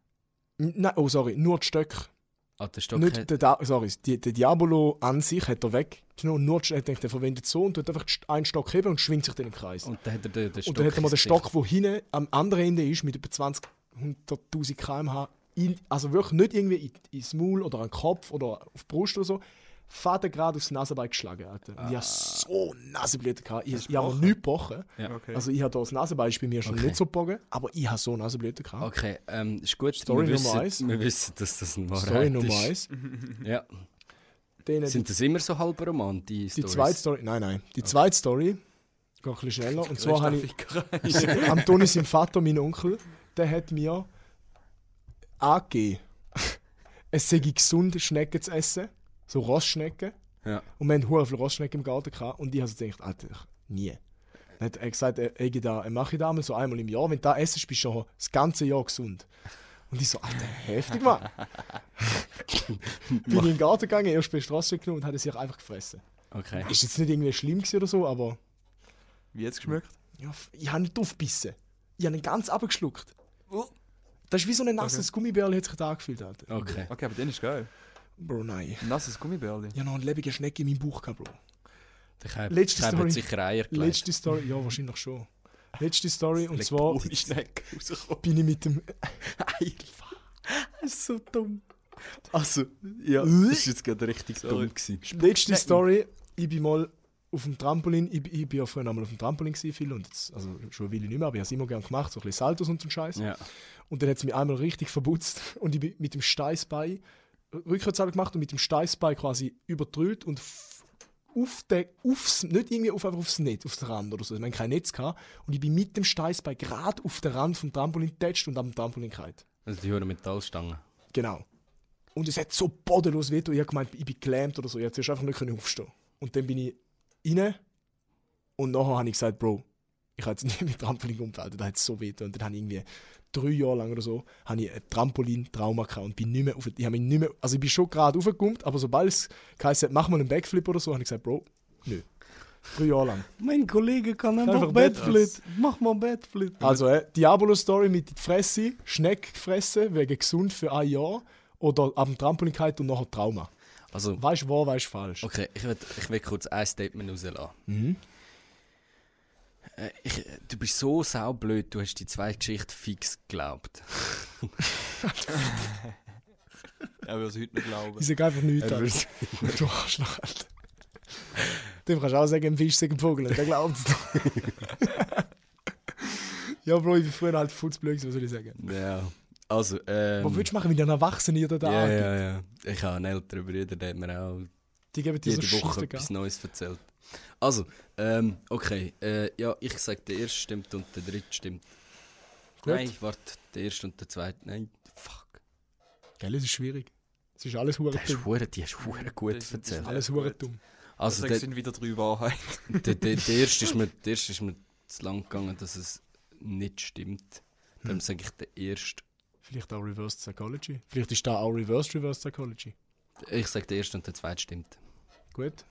A: N- Nein, oh sorry, nur die Stöcke.
C: Ah, der Stock
A: Nicht
C: hat-
A: der, Dia- sorry, die, der Diabolo an sich hat er weggenommen, nur die- hat denkt, er verwendet so und tut einfach st- einen Stock heben und schwingt sich dann im Kreis. Und,
C: Und dann hat er den, den Stock.
A: dann hat er mal den
C: ins
A: Stock, der hinten am anderen Ende ist, mit etwa 20, 100.000 km/h, in, also wirklich nicht irgendwie in, ins Maul oder an den Kopf oder auf die Brust oder so, Faden gerade aufs Nasenbein geschlagen. Alter. Und ich
C: Ah.
A: habe so Nasenblüten gehabt. Ich, ich habe mir nichts gebrochen.
C: Ja.
B: Okay.
A: Also ich habe da das Nasenbein ist bei mir schon
C: Okay.
A: nicht so gebogen, aber ich habe so Nasenblüten gehabt.
C: Okay, ähm, ist gut.
A: Story
C: wir
A: Nummer
C: wissen,
A: eins.
C: Wir wissen, dass das ein Wahrheit
A: Story
C: ist.
A: Nummer eins.
C: Ja.
A: Denen
C: Mhm. Sind das immer so halb Roman, die
A: die, die
C: Storys?
A: zweite Story. Nein, nein. Die zweite Story. Geht ein bisschen schneller. Und zwar habe ich.
B: ich.
A: Am Toni, sein Vater, mein Onkel, der hat mir angegeben, es sei gesund, Schnecken zu essen. So Rossschnecken.
C: Ja.
A: Und wir hatten verdammt viele Rossschnecken im Garten. Gehabt, und ich habe so gedacht, Alter, ich- nie. Dann hat er gesagt, er, er, da, er mache ich das mal so einmal im Jahr. Wenn du das essest, bist du schon das ganze Jahr gesund. Und ich so, Alter, heftig, Mann. Bin ich in den Garten gegangen, erst bei der Straße genommen und hat es sich einfach gefressen.
C: Okay.
A: Ist jetzt nicht irgendwie schlimm gewesen oder so, aber...
B: Wie jetzt geschmeckt?
A: Ja, f- ich habe nicht aufgebissen. Ich habe ihn ganz abgeschluckt. Das ist wie so ein nasses Gummibärli, hat sich da angefühlt. Alter.
C: Okay.
B: Okay, aber den ist geil.
A: Bro, nein.
B: Nasses Gummibärli.
A: Ich habe noch eine lebige Schnecke in meinem Bauch gehabt, Bro.
C: Ich habe
A: Letzte
C: hab
A: Story.
C: sicher Eier gelegt.
A: Letzte Story, ja, wahrscheinlich schon. Letzte Story, und zwar
C: Schnecke rausgekommen.
A: bin ich mit dem.
C: Eier. Das ist so dumm. Also, ja, das
A: Ui.
C: ist jetzt gerade richtig
B: Sorry.
C: dumm gewesen.
A: Letzte Story, ich bin mal auf dem Trampolin. Ich, ich bin ja früher einmal auf dem Trampolin gewesen, viel. Und jetzt, also schon will ich nicht mehr, aber ich habe es immer gern gemacht, so ein bisschen Saltos und so einen Scheiß.
C: Ja.
A: Und dann hat es mich einmal richtig verbutzt und ich bin mit dem Steißbein rückwärts halt gemacht und mit dem Steißbein quasi übertrüllt und f- auf den, aufs, nicht irgendwie auf, einfach aufs Netz, aufs Rand oder so. Ich meine, kein Netz gehabt. Und ich bin mit dem Steißbein gerade auf den Rand vom Trampolin getatscht und am Trampolin gehalten.
C: Also, die hören Metallstangen.
A: Genau. Und es hat so bodenlos weh, getan. ich habe gemeint, ich bin gelähmt oder so. Ich konnte einfach nicht können aufstehen. Und dann bin ich rein und nachher habe ich gesagt, Bro, ich kann jetzt nicht mit Trampolin umfallen, das hat so weh. getan. Und dann habe ich irgendwie drei Jahre lang oder so habe ich ein Trampolin-Trauma gehabt und bin nicht mehr auf, ich habe mich nicht mehr, also ich bin schon gerade aufgekommen, aber sobald es geheißen hat, mach mal einen Backflip oder so, habe ich gesagt, Bro, nö. Drei Jahre lang.
C: Mein Kollege kann
A: einfach Backflip.
C: Mach mal Bettflit.
A: Also, äh, Diabolo-Story mit Fresse, Schneck gefressen, wegen gesund für ein Jahr oder am Trampolin gehalten und nachher Trauma.
C: Also,
A: Weißt du wahr, weißt du falsch.
C: okay, ich will, ich will kurz ein Statement rauslassen.
A: Mhm.
C: Äh, Ich, du bist so saublöd, du hast die zwei Geschichten fix geglaubt.
B: Er würde es heute nicht glauben.
A: Ich sage einfach nichts.
C: Er
A: Alter. du Arschloch, Alter. Dem kannst du auch sagen, ein Fisch sagt ein Vogel, und der glaubt es doch. ja, Bro, ich bin früher halt futzblöd, gewesen, was soll ich sagen.
C: Ja. Also, ähm...
A: Was würdest du machen, wenn ein Erwachsener dir da
C: ja,
A: angibt?
C: ja, ja. Ich habe einen älteren Bruder, der hat mir auch
A: Die geben dir so
C: jede
A: Scheiße,
C: Woche
A: gell?
C: etwas Neues erzählt. Also, ähm, okay. Äh, ja, ich sage, der erste stimmt und der dritte stimmt.
A: Gut.
C: Nein, warte, der erste und der zweite. Nein, fuck.
A: Gell, es ist schwierig. Es ist alles hure
C: Der ist
A: dumm.
C: hure, die hast hure gut
B: Das ist- das ist
C: erzählt.
A: Alles hure dumm.
C: Also,
B: das
C: der,
B: sind wieder drei Wahrheiten.
C: der, der, der, erste ist mir, der erste ist mir zu lang gegangen, dass es nicht stimmt. Darum
A: Hm.
C: sage ich, der erste.
A: Vielleicht auch Reverse Psychology. Vielleicht ist da auch Reverse Reverse Psychology.
C: Ich sage, der erste und der zweite stimmt.
A: Gut.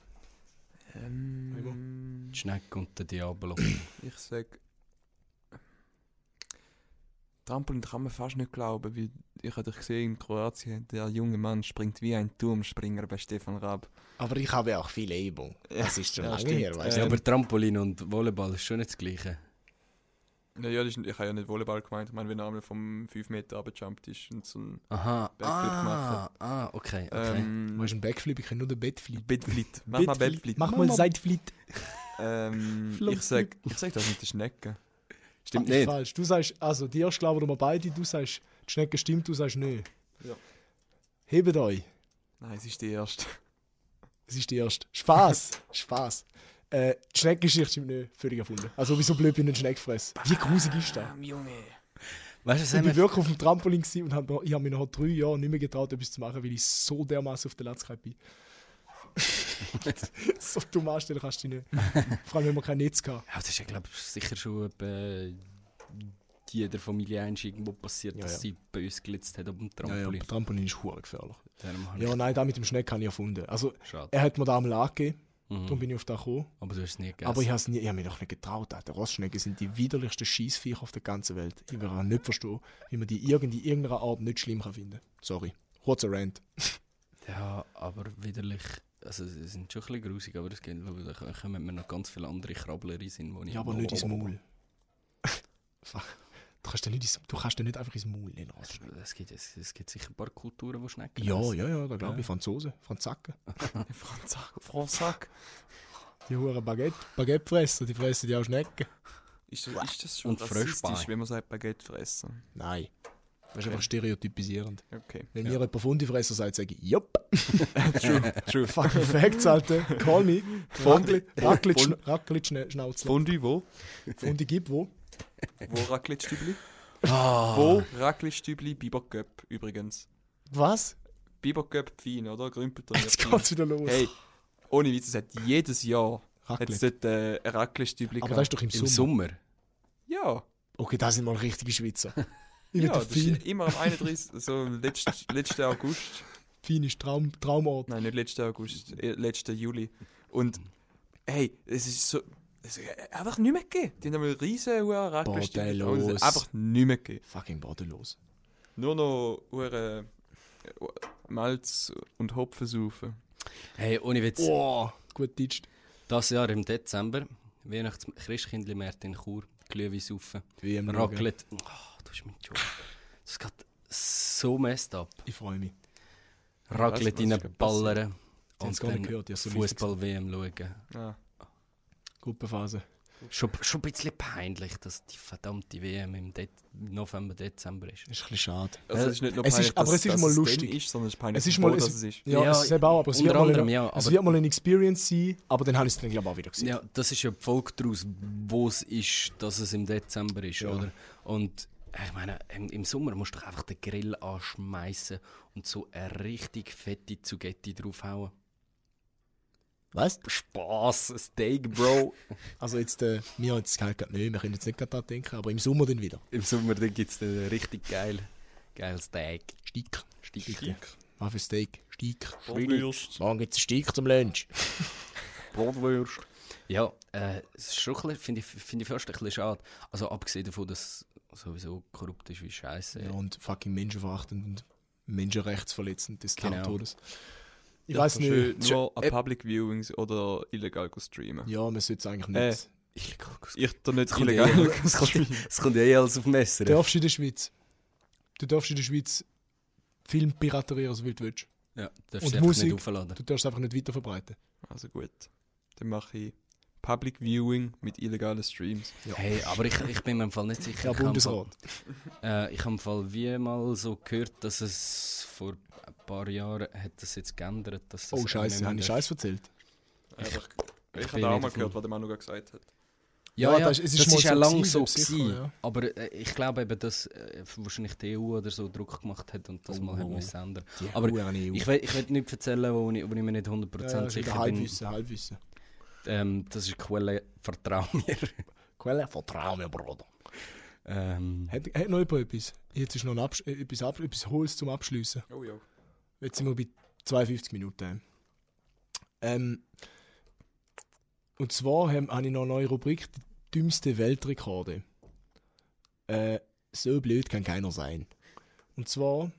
C: Die Schnecke und der Diabolo.
B: Ich sag. Trampolin kann man fast nicht glauben, weil ich habe dich gesehen in Kroatien, der junge Mann springt wie ein Turmspringer bei Stefan Raab.
A: Aber ich habe auch viel Übung. Das ist schon
B: Ja,
A: lange
B: stimmt.
A: her, weißt
C: ja,
A: du?
C: aber Trampolin und Volleyball ist schon nicht das Gleiche.
B: Naja, das ist, ich habe ja nicht Volleyball gemeint, ich meine, wenn er einmal vom 5 Meter abgejumpt ist und so ein
C: Aha.
B: Backflip
C: Ah,
B: gemacht
C: ah, okay. okay.
A: Du
B: ähm,
A: hast einen Backflip, ich kann nur den Bettflip.
B: Bettflit. Mach mal
A: Bettflip.
B: Bettflit.
A: Mach mal Seitflit.
B: Ähm, ich sag, ich sag das mit der Schnecke.
C: Stimmt
A: Das ist
C: nicht.
A: falsch. Du sagst, also die erste glauben wir beide, du sagst, die Schnecke stimmt, du sagst nö.
B: Ja.
A: Hebt euch.
B: Nein, es ist die erste.
A: Es ist die erste. Spaß. Spaß. Äh, die Schneckengeschichte stimmt nicht. Völlig erfunden. Also wieso blöd bin ich ein Schneckfress? Wie grusig ist das?
B: Junge.
C: Weißt du, was
A: Ich
C: haben
A: war
C: wir
A: wirklich auf dem Trampolin gewesen und hab, mir- ich habe mich nach drei Jahren nicht mehr getraut, etwas zu machen, weil ich so dermaßen auf der Latzkeit bin. so dumm anstellen kannst du dich nicht. Vor allem, wenn man kein Netz hatte.
C: Ja, das ist ja, glaube ich, sicher schon bei jeder Familie einst irgendwo passiert,
A: Ja,
C: dass
A: ja.
C: sie böse gelitzt hat auf dem
A: Trampolin.
C: Trampolin.
A: Trampolin ist hure gefährlich.
C: Darum habe
A: Ja, nein, da mit dem Schneck habe ich erfunden. Also,
C: ich schade.
A: er hat mir da einmal angegeben, darum
C: Mhm.
A: bin ich auf da gekommen.
C: Aber du hast es nie gegessen.
A: Aber ich habe hab mich noch nicht getraut. Alter. Rossschnecken sind die widerlichsten Schießviecher auf der ganzen Welt. Ich werde auch nicht verstehen, wie man die irgendwie irgendeiner Art nicht schlimm kann finden Sorry. Kurzer Rant.
C: ja, aber widerlich. Also, sie sind schon ein bisschen grusig, aber es gibt, da kommen mir noch ganz viele andere Krabbler in den Sinn, die ich
A: Ja, aber
C: noch-
A: nicht ins Maul. Fuck. kannst den Leuten, ins- du kannst den nicht einfach ins Maul nehmen.
C: Also, Es gibt, es, es gibt sicher ein paar Kulturen, die Schnecken Also,
A: Ja,
C: essen.
A: ja, ja, da glaube ich Franzosen, Franzaken.
B: Franzak, Franzak.
A: Die huren Baguette, Baguettefresser, die fressen ja auch Schnecken.
B: Ist, das- ist das schon
C: Und
B: rassistisch,
C: Fröschbein.
B: wenn man sagt Baguette fressen?
A: Nein. Das ist einfach stereotypisierend.
B: Okay.
A: Wenn
B: Ja.
A: mir jemand Fundifresser sagt, sage ich, jupp.
B: True, true.
A: Fucking Facts, Alter. Call me. Fondli.
B: Fond-
A: Raclitz-Schnauzler.
B: Fondue wo?
A: Fundi gibt wo?
B: Wo Raclette-Stübli?
A: Ah.
B: Wo Raclette-Stübli Biberköp übrigens.
A: Was?
B: Biberköp fein, oder? Grümpelter.
A: Jetzt geht's wieder los.
B: Hey, ohne Witz, es hat jedes Jahr
A: Raclette.
B: hat's dort äh, ein Raclette-Stübli
A: Aber das ist doch im, Sommer.
C: Im Sommer.
B: Ja,
A: Okay, das sind mal richtige Schweizer. Ich
B: ja
A: ja,
B: das ist
A: fein,
B: immer am 31. so letzt, letzten August.
A: fein ist Traum, Traumort.
B: Nein, nicht letzten August, äh, letzten Juli.
A: Mhm.
B: Und hey, es ist so. Es ist einfach nicht mehr gegeben. Die haben einmal riesen hohe Raclette-Stübli.
A: Bordellos.
B: und es hat Einfach nicht mehr gegeben.
A: Fucking bodenlos.
B: Nur noch hure Malz und Hopfen saufen.
C: Hey, ohne Witz.
A: Boah, gut deutscht.
C: Das Jahr im Dezember, Weihnachts Christkindlmärkte in Chur, Glühwein saufen,
A: Wie im
C: Raclette. Oh, du bist mein Job. Das geht so messed up.
A: Ich freue mich.
C: Raclette
B: was ist
C: reinballern
A: haben's
C: und
A: gar nicht
C: dann
A: gehört, ich hab's so
C: Fußball-WM schauen.
B: Ah.
A: Gruppenphase.
C: Schon, schon ein bisschen peinlich, dass die verdammte WM im De November, Dezember ist.
A: Das ist ein bisschen schade.
B: Also es ist nicht nur
A: Es ist-
B: peinlich,
A: aber es ist
B: dass
A: mal
B: dann
A: lustig.
B: Ist, sondern es ist peinlich,
A: Es ist mal,
B: dass
A: es,
B: es ist.
A: Ja,
C: Ja,
A: es ist eben auch, aber es
C: unter
A: wird, mal
C: anderem,
A: eine,
C: ja,
A: es
C: aber-
A: wird mal eine Experience sein, aber dann habe ich es dann glaube ich auch wieder gesehen.
C: Ja, das ist ja die Folge daraus, wo es ist, dass es im Dezember ist, oder? Und äh, ich meine, im, im Sommer musst du doch einfach den Grill anschmeißen und so eine richtig fette Zugetti draufhauen.
A: Was?
C: Spaß, Steak, Bro.
A: Also jetzt, äh, wir haben jetzt halt gerade nicht, wir können jetzt nicht gerade daran denken, aber im Sommer dann wieder.
C: Im Sommer dann gibt es dann richtig geil, geil Steak.
A: Steak.
C: Steak.
A: Was für Steak? Steak.
B: Bratwurst.
A: Morgen gibt es einen Steak zum Lunch.
C: Bratwurst. Ja, äh, es ist schon ein bisschen- finde ich, finde ich fast ein bisschen schade. Also abgesehen davon, dass es sowieso korrupt ist wie Scheiße.
A: Ja, und fucking menschenverachtend und menschenrechtsverletzend des
C: Genau.
A: Todes. Ich
C: Ja,
A: weiß nicht.
B: Schön,
A: Schö-
B: nur an
A: äh,
B: Public Viewings oder illegal go streamen.
A: ja, man sollte es eigentlich nicht.
B: Äh,
C: Illegal. Es
B: Ich da nicht
C: kommt ja eh-
B: illegal go
C: Es
B: streamen.
C: kommt- es kommt ja eh alles auf Messer.
A: Du darfst in der Schweiz. Du darfst in der Schweiz Film piraterieren, so viel du willst.
C: Ja,
A: Und
C: darfst du einfach
A: Musik.
C: nicht aufladen.
A: Du darfst es einfach nicht weiter verbreiten.
B: Also gut. Dann mache ich Public Viewing mit illegalen Streams.
A: Ja.
C: Hey, aber ich, ich bin mir im Fall nicht sicher.
A: Ja,
C: Ich habe im
A: Bundesrat.
C: Fall- Äh, ich habe im Fall wie mal so gehört, dass es vor ein paar Jahren hat das jetzt geändert. Dass das
A: Oh, Scheiße, habe ich
C: Scheiße.
A: Scheiß erzählt?
B: Einfach, ich,
C: ich
B: ich
C: bin
B: habe auch mal
C: nicht davon.
B: gehört, was der Manu gerade gesagt hat.
C: Ja,
A: Ja,
C: ja,
A: Ah, das
C: das
A: ist- es
C: ist,
A: ist mal
C: ja
A: so
C: lang
A: gewesen,
C: so
A: sicher,
C: gewesen.
A: ja.
C: Aber äh, ich glaube eben, dass äh, wahrscheinlich die EU oder so Druck gemacht hat und das mal hat
A: Oh.
C: müssen ändern.
A: Die
C: Aber
A: Huren EU.
C: Ich will, ich will nicht erzählen, wo ich, wo ich mir nicht 100%
A: ja, ja,
C: sicher bin.
A: Halbwissen, Halbwissen.
C: Ähm, das ist Quelle, vertrau mir.
A: Quelle, vertrau mir, Bruder.
C: Ähm,
A: Hat, hat noch jemand etwas? Jetzt ist noch ein Absch äh, etwas, Ab etwas Hohes zum Abschliessen.
B: Oh ja.
A: Jetzt sind wir bei 52 Minuten. Ähm, und zwar haben- habe ich noch eine neue Rubrik, die dümmsten Weltrekorde. Äh, so blöd kann keiner sein. Und zwar,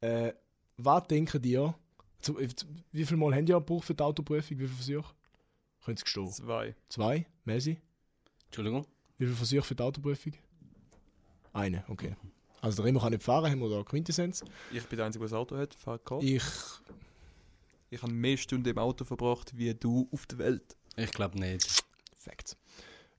A: äh, was denken ihr, zu, äh, zu- wie viel Mal habt ihr gebraucht für die Autoprüfung, wie viele Versuche? Könnt ihr gestehen?
B: Zwei.
A: Zwei? Messi?
C: Entschuldigung.
A: Wie viele Versuche für die Autoprüfung? Eine, okay. Also der Remo kann nicht fahren, haben wir da Quintessenz.
B: Ich bin der Einzige, der das Auto hat. Fahr Car.
A: Ich,
B: Ich habe mehr Stunden im Auto verbracht, wie du auf der Welt.
C: Ich glaube nicht.
A: Facts.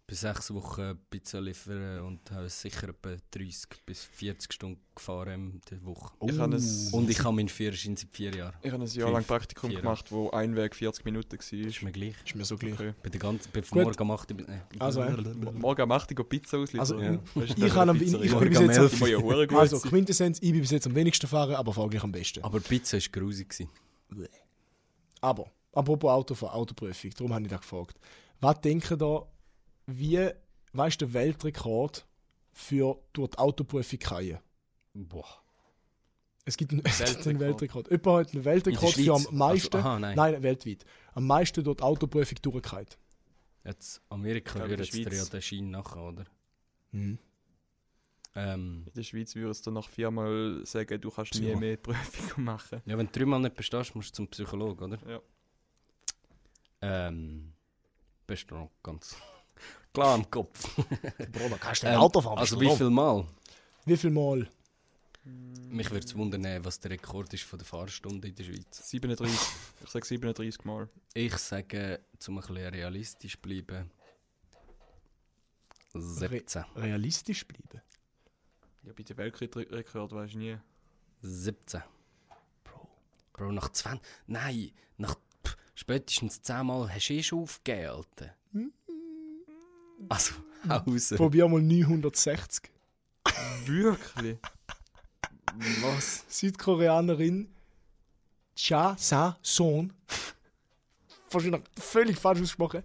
C: bei sechs Wochen Pizza liefern und habe sicher etwa 30 bis 40 Stunden gefahren in der Woche.
A: Oh.
B: Ich habe ein-
C: Oh. Und ich habe meinen Führerschein seit vier Jahren.
B: Ich habe ein Jahr
C: Fünf,
B: lang Praktikum
C: vier.
B: gemacht, wo ein Weg 40 Minuten
C: Ist
B: war.
C: mir gleich.
A: Ist mir so gleich.
B: Okay.
C: Bei der ganzen, bei von
A: Gut.
C: morgen um 8 Uhr bis... Nein.
A: Also, äh,
B: Morgen um 8 Uhr geht Pizza ausliefern.
A: Also,
C: Ja.
B: Das ist
A: ich
B: doch
A: kann
B: eine
A: am- ich-
B: Pizzeria.
A: ich bin
C: Morgen
A: bis
C: am
A: jetzt-
C: 11
B: Ich muss ja hure gut
A: Also
B: sein.
A: Quintessenz, ich bin bis jetzt am wenigsten fahren, aber folglich am besten.
C: Aber die Pizza war grusig. gewesen.
A: Aber, apropos Autofahr Autoprüfung, darum habe ich da gefragt. Was denken da, wie, was ist der Weltrekord für durch die Autoprüfung kreien?
C: Boah.
A: Es gibt einen, es gibt einen Weltrekord.
B: Weltrekord.
A: Jemand hat einen Weltrekord
C: In der
A: für am
C: Schweiz?
A: meisten,
C: Also, aha, nein.
A: nein, weltweit, am meisten durch die Autoprüfung durchgekreit.
C: Jetzt Amerika
B: Ja,
C: ja,
B: in der
C: rührt jetzt dir ja
B: Schweiz.
C: den Schein nachher, oder?
A: Mhm.
C: Ähm,
B: In der Schweiz würdest du nach viermal sagen, du kannst nie
A: Psycho.
B: mehr Prüfungen machen.
C: ja, wenn du dreimal nicht bestehst, musst du zum Psychologen, oder?
B: Ja.
C: Ähm, bist du noch ganz klar im Kopf.
A: Bruder, kannst du
C: Ähm,
A: Auto fahren?
C: also wie viel Mal?
A: Wie viel Mal?
C: Mich würde es wundern, äh, was der Rekord ist von der Fahrstunde in der Schweiz.
B: 37. Ich sage 37 Mal.
C: Ich sage, um ein bisschen realistisch zu bleiben, 17.
A: Realistisch bleiben.
B: Ja, bei den Weltrekord weiß ich nie.
C: 17. Bro. Bro, nach 20. Nein, nach pff, spätestens 10 Mal hast du eh schon aufgegeben, Alter. Also, hau raus.
A: Probier mal 960.
B: Wirklich?
C: Was?
A: Südkoreanerin Cha Sa Son. Wahrscheinlich völlig falsch ausgesprochen.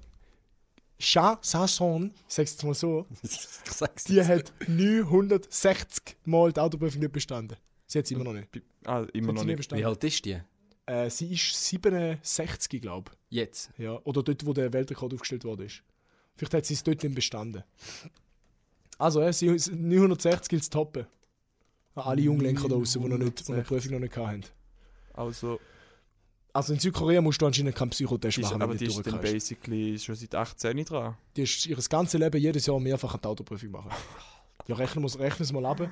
A: Cha Sa Son, sag's jetzt mal so.
C: ich sag's
A: Die hat 960 Mal die Autoprüfung nicht bestanden. Sie hat sie immer noch nicht.
B: Bi- Ah, immer
A: Hat
B: noch
A: sie nicht
B: nicht.
C: Wie
A: bestanden.
C: alt ist die?
A: Äh, sie ist 67, glaube
C: Jetzt?
A: ich. Ja. Oder dort, wo der Weltrekord aufgestellt worden ist. Vielleicht hat sie es dort nicht bestanden. Also, äh, sie, 960 gilt es toppen. An alle Junglenker da draußen, die noch nicht, die noch die Prüfung noch nicht hatten.
B: Also,
A: Also in Südkorea musst du anscheinend keinen Psychotest
B: die ist,
A: machen,
B: aber
A: wenn
B: die
A: du
B: ist dann
A: durchkommst.
B: basically schon seit 18 dran.
A: Die ist ihr ganzes Leben jedes Jahr mehrfach eine Autoprüfung machen. Ja, rechnen wir rechnen es mal ab.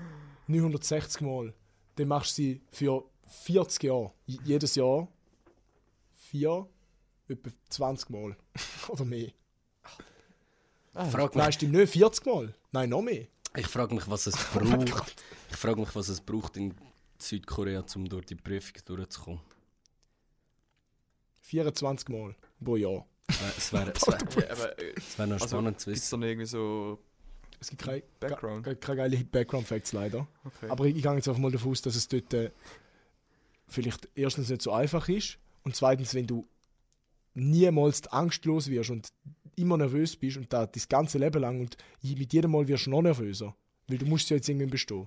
A: 960 Mal. Dann machst du sie für 40 Jahre. J jedes Jahr. Vier, etwa 20 Mal. Oder mehr.
B: Ah,
C: Frag mich,
A: Nein, stimmt nicht. 40 Mal. Nein, noch mehr.
C: ich frage mich, was es braucht. ich frage mich, was es braucht in Südkorea, um durch die Prüfung durchzukommen.
A: 24 Mal pro Jahr.
C: Es wäre es wär,
B: Ja, aber äh,
C: es wär noch
B: Also,
C: spannend zu
B: ist
C: wissen.
B: da noch irgendwie so
A: Es gibt keine, keine,
B: Background?
A: keine geile Background-Facts leider.
B: Okay.
A: Aber ich, ich gehe jetzt einfach mal davon aus, dass es dort äh, vielleicht erstens nicht so einfach ist und zweitens, wenn du niemals angstlos wirst und immer nervös bist und da das ganze Leben lang und je- mit jedem Mal wirst du noch nervöser. Weil du musst ja jetzt irgendwie bestehen.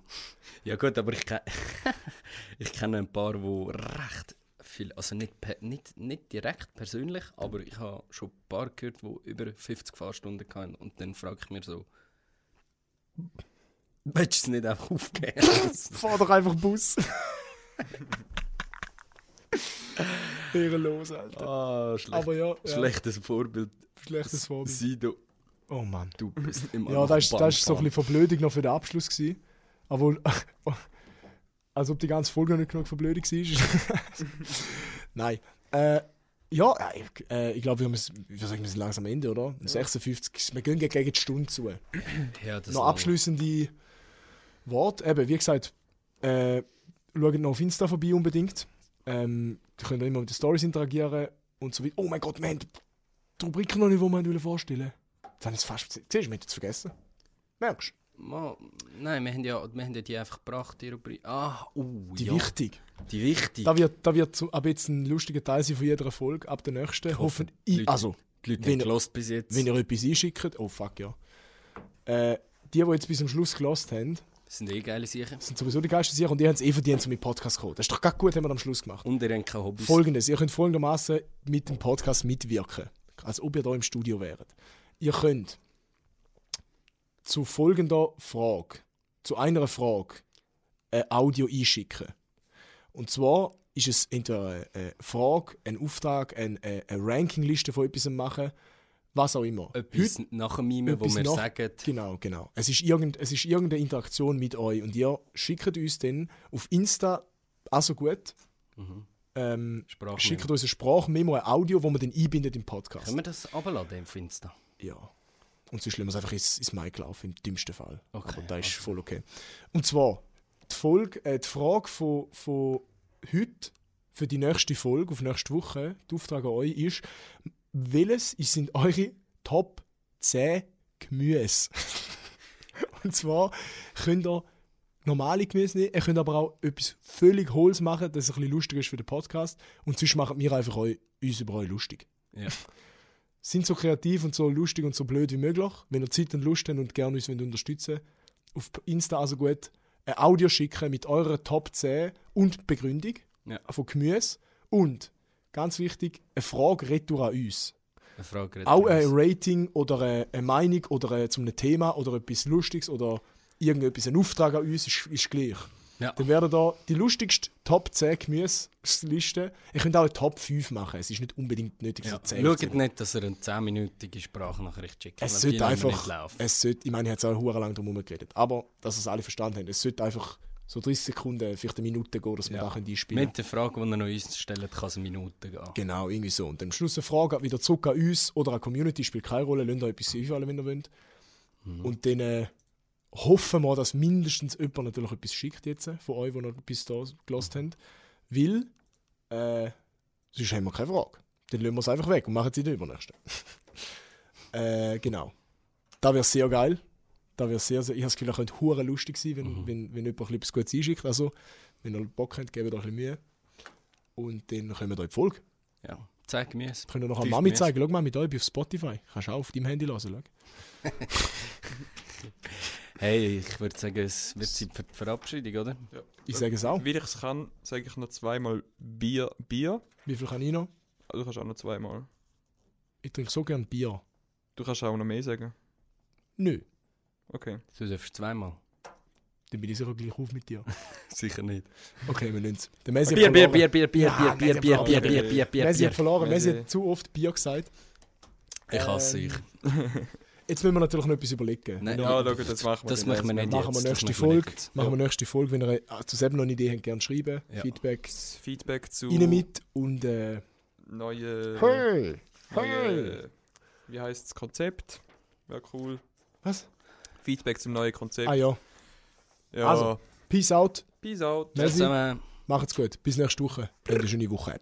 C: Ja gut, aber ich, ke- ich kenne ein paar, die recht viel, also nicht, per- nicht, nicht direkt persönlich, aber ich habe schon ein paar gehört, die über 50 Fahrstunden hatten und dann frage ich mir so, willst du es nicht einfach aufgeben?
A: Fahr doch einfach Bus. Ehrenlos, Alter.
C: ah, schlecht,
A: Aber ja, ja
C: schlechtes Vorbild.
A: schlechtes Vorbild.
C: Sido,
A: Oh Mann.
C: du bist immer
A: Ja,
C: noch
A: das war
C: Bahn
A: das ist so ein
C: fahren.
A: bisschen Verblödung noch für den Abschluss. Gewesen. Obwohl, als ob die ganze Folge noch nicht genug Verblödung war. Nein. Äh, ja, ich, äh, ich glaube, wir, müssen- wir sagen, wir sind langsam am Ende, oder? 56, wir gehen gegen die Stunde zu.
C: Ja, das
A: noch
C: war-
A: abschließende Worte. Eben, wie gesagt, äh, schaut noch auf Insta vorbei unbedingt. Ähm, ihr könnt auch immer mit den Stories interagieren und so weiter. Oh mein Gott, wir haben die Rubrik noch nicht, die wir haben wollen vorstellen wollten. Das haben wir jetzt fast... Siehst du, wir haben jetzt vergessen. Merkst du?
C: Ma, nein, wir haben, ja, wir haben ja die einfach gebracht, die Rubrik. Ah, uh,
A: Die
C: ja,
A: wichtig.
C: die wichtig.
A: Da wird, da wird so, ab jetzt ein lustiger Teil sein von jeder Folge, ab der nächsten.
C: hoffe,
A: Hoffen, ich,
C: Leute-
A: also,
C: Die Leute
A: wenn
C: haben
A: ihr-
C: gelost bis jetzt.
A: wenn ihr etwas einschickt... Oh fuck, ja. Äh, die, die jetzt bis zum Schluss gelost haben,
C: Das sind eh geile Sachen.
A: sind sowieso die Geister sicher und die haben es eh verdient, zu mit Podcast zu kommen. Das ist doch gar gut, haben wir am Schluss gemacht.
C: Und ihr habt keine Hobbys.
A: Folgendes, ihr könnt folgendermaßen mit dem Podcast mitwirken, als ob ihr da im Studio wäret. Ihr könnt zu folgender Frage, zu einer Frage, ein Audio einschicken. Und zwar ist es entweder eine- eine Frage, ein Auftrag, ein- eine, eine Rankingliste von etwas machen, was auch immer.
C: etwas nach dem Mime, wo
A: etwas
C: wir
A: nach-
C: sagen,
A: Genau, genau. Es ist, irgend, es ist irgendeine Interaktion mit euch und ihr schickt uns dann auf Insta, also gut, ähm,
C: Sprachmemo.
A: schickt uns eine Sprachmemo, ein Audio, wo man dann einbindet im Podcast.
C: können wir das runterladen auf Insta?
A: Ja. Und sonst lassen wir es einfach ins, ins Mic laufen, im dümmsten Fall.
C: Okay,
A: Aber da ist voll okay. Und zwar, die, Folge, äh, die Frage von, von heute für die nächste Folge, auf nächste Woche, die Auftrag an euch ist, welches ist- sind eure Top 10 Gemüse? Und zwar könnt ihr normale Gemüse nehmen, ihr könnt aber auch etwas völlig Hohles machen, das ein bisschen lustig ist für den Podcast. Und sonst machen wir einfach euch, uns über euch lustig
C: Ja.
A: sind so kreativ und so lustig und so blöd wie möglich. Wenn ihr Zeit und Lust habt und gerne uns wollt unterstützen auf Insta also gut, ein Audio schicken mit eurer Top 10 und Begründung
C: Ja.
A: von Gemüse und ganz wichtig, eine Frage retour an uns.
C: Eine Frage redet
A: Auch
C: uns.
A: ein Rating oder eine- eine Meinung oder äh, zu einem Thema oder etwas Lustiges oder irgendetwas, ein Auftrag an uns ist, ist gleich.
C: Ja.
A: Dann werden da die lustigste Top 10 Gemüseliste. Ihr könnt auch eine Top 5 machen. Es ist nicht unbedingt nötig, so 10
C: Schaut
A: aufzunehmen. nicht.
C: nicht, dass er eine 10-minütige Sprachnachricht schickt.
A: Es
C: weil
A: sollte
C: die lassen wir
A: einfach.
C: Nicht laufen.
A: Es sollte, ich meine, ich habe jetzt auch hure lang drum herum geredet. Aber, dass es alle verstanden haben, es sollte einfach so 30 Sekunden, vielleicht eine Minute gehen, dass wir da können einspielen
C: Mit der Frage, die er noch uns stellt, kann es eine Minute gehen.
A: Genau, irgendwie so. Und am Schluss eine Frage wieder zurück an uns oder an die Community, spielt keine Rolle, lasst euch etwas einfallen, wenn ihr wollt. Und dann äh, hoffen wir, dass mindestens jemand natürlich etwas schickt jetzt, äh, von euch, die noch bis da gelost haben. Weil, äh, sonst haben wir keine Frage. Dann lassen wir es einfach weg und machen es in der übernächsten. äh, genau. Da wäre sehr geil. Da wäre sehr, sehr, ich habe das Gefühl, das könnte hure lustig sein, wenn, wenn, wenn jemand ein bisschen etwas Gutes einschickt. Also, wenn ihr Bock habt, gebt euch ein bisschen Mühe. Und dann kommen wir da in die Folge.
C: Ja. Zeig Gemüse.
A: Können wir noch an
B: Tief
A: Mami
B: gemäß.
A: zeigen? Schau mal mit euch auf Spotify. Kannst du auch auf deinem Handy hören. Schau.
C: Hey, ich würde sagen, es wird Zeit für die Verabschiedung, oder?
A: Ich sage es auch.
B: Wie ich es kann, sage ich noch zweimal Bier, Bier.
A: Wie viel kann ich noch?
B: Also du kannst auch noch zweimal.
A: Ich trinke so gern Bier.
B: Du kannst auch noch mehr sagen.
A: Nö,
B: Okay.
C: Du darfst zweimal.
A: dann bin ich sicher gleich auf mit dir.
C: Sicher nicht.
A: Okay, wir nehmen es. Der Messi
C: Bier,
A: hat
C: Bier,
A: verloren.
C: Bier, Bier, Bier,
A: Ja,
C: Bier, Bier,
A: Messi
C: Bier,
A: hat
C: Bier,
B: verloren.
C: Bier, Bier, Bier,
A: Messi hat
C: Bier.
A: verloren.
B: Messi.
A: Messi hat zu oft Bier gesagt.
C: Ich hasse
A: Ähm,
C: euch.
A: Jetzt müssen wir natürlich noch etwas überlegen.
C: Nein.
A: Wenn ihr-
B: Ja, schau, das machen wir.
C: Das
B: dann
C: machen wir
B: lesen
C: nicht
A: Machen wir
C: jetzt.
A: nächste
C: das machen wir
A: Folge.
C: nicht.
A: Machen wir nächste Folge. Wenn ihr äh, zusammen noch eine Idee habt, gerne schreiben.
C: Ja.
A: Feedback.
B: Das Feedback zu
A: Rein mit und äh,
B: neue,
A: Hey! Hey!
B: neue wie heißt das Konzept? Wäre cool.
A: Was?
B: Feedback zum neuen Konzept.
A: Ah ja.
B: ja.
A: also. Peace out.
B: Peace out.
C: Tschüss
A: Messi,
C: zusammen.
A: macht's gut. Bis nächste Woche. Habt eine schöne Woche.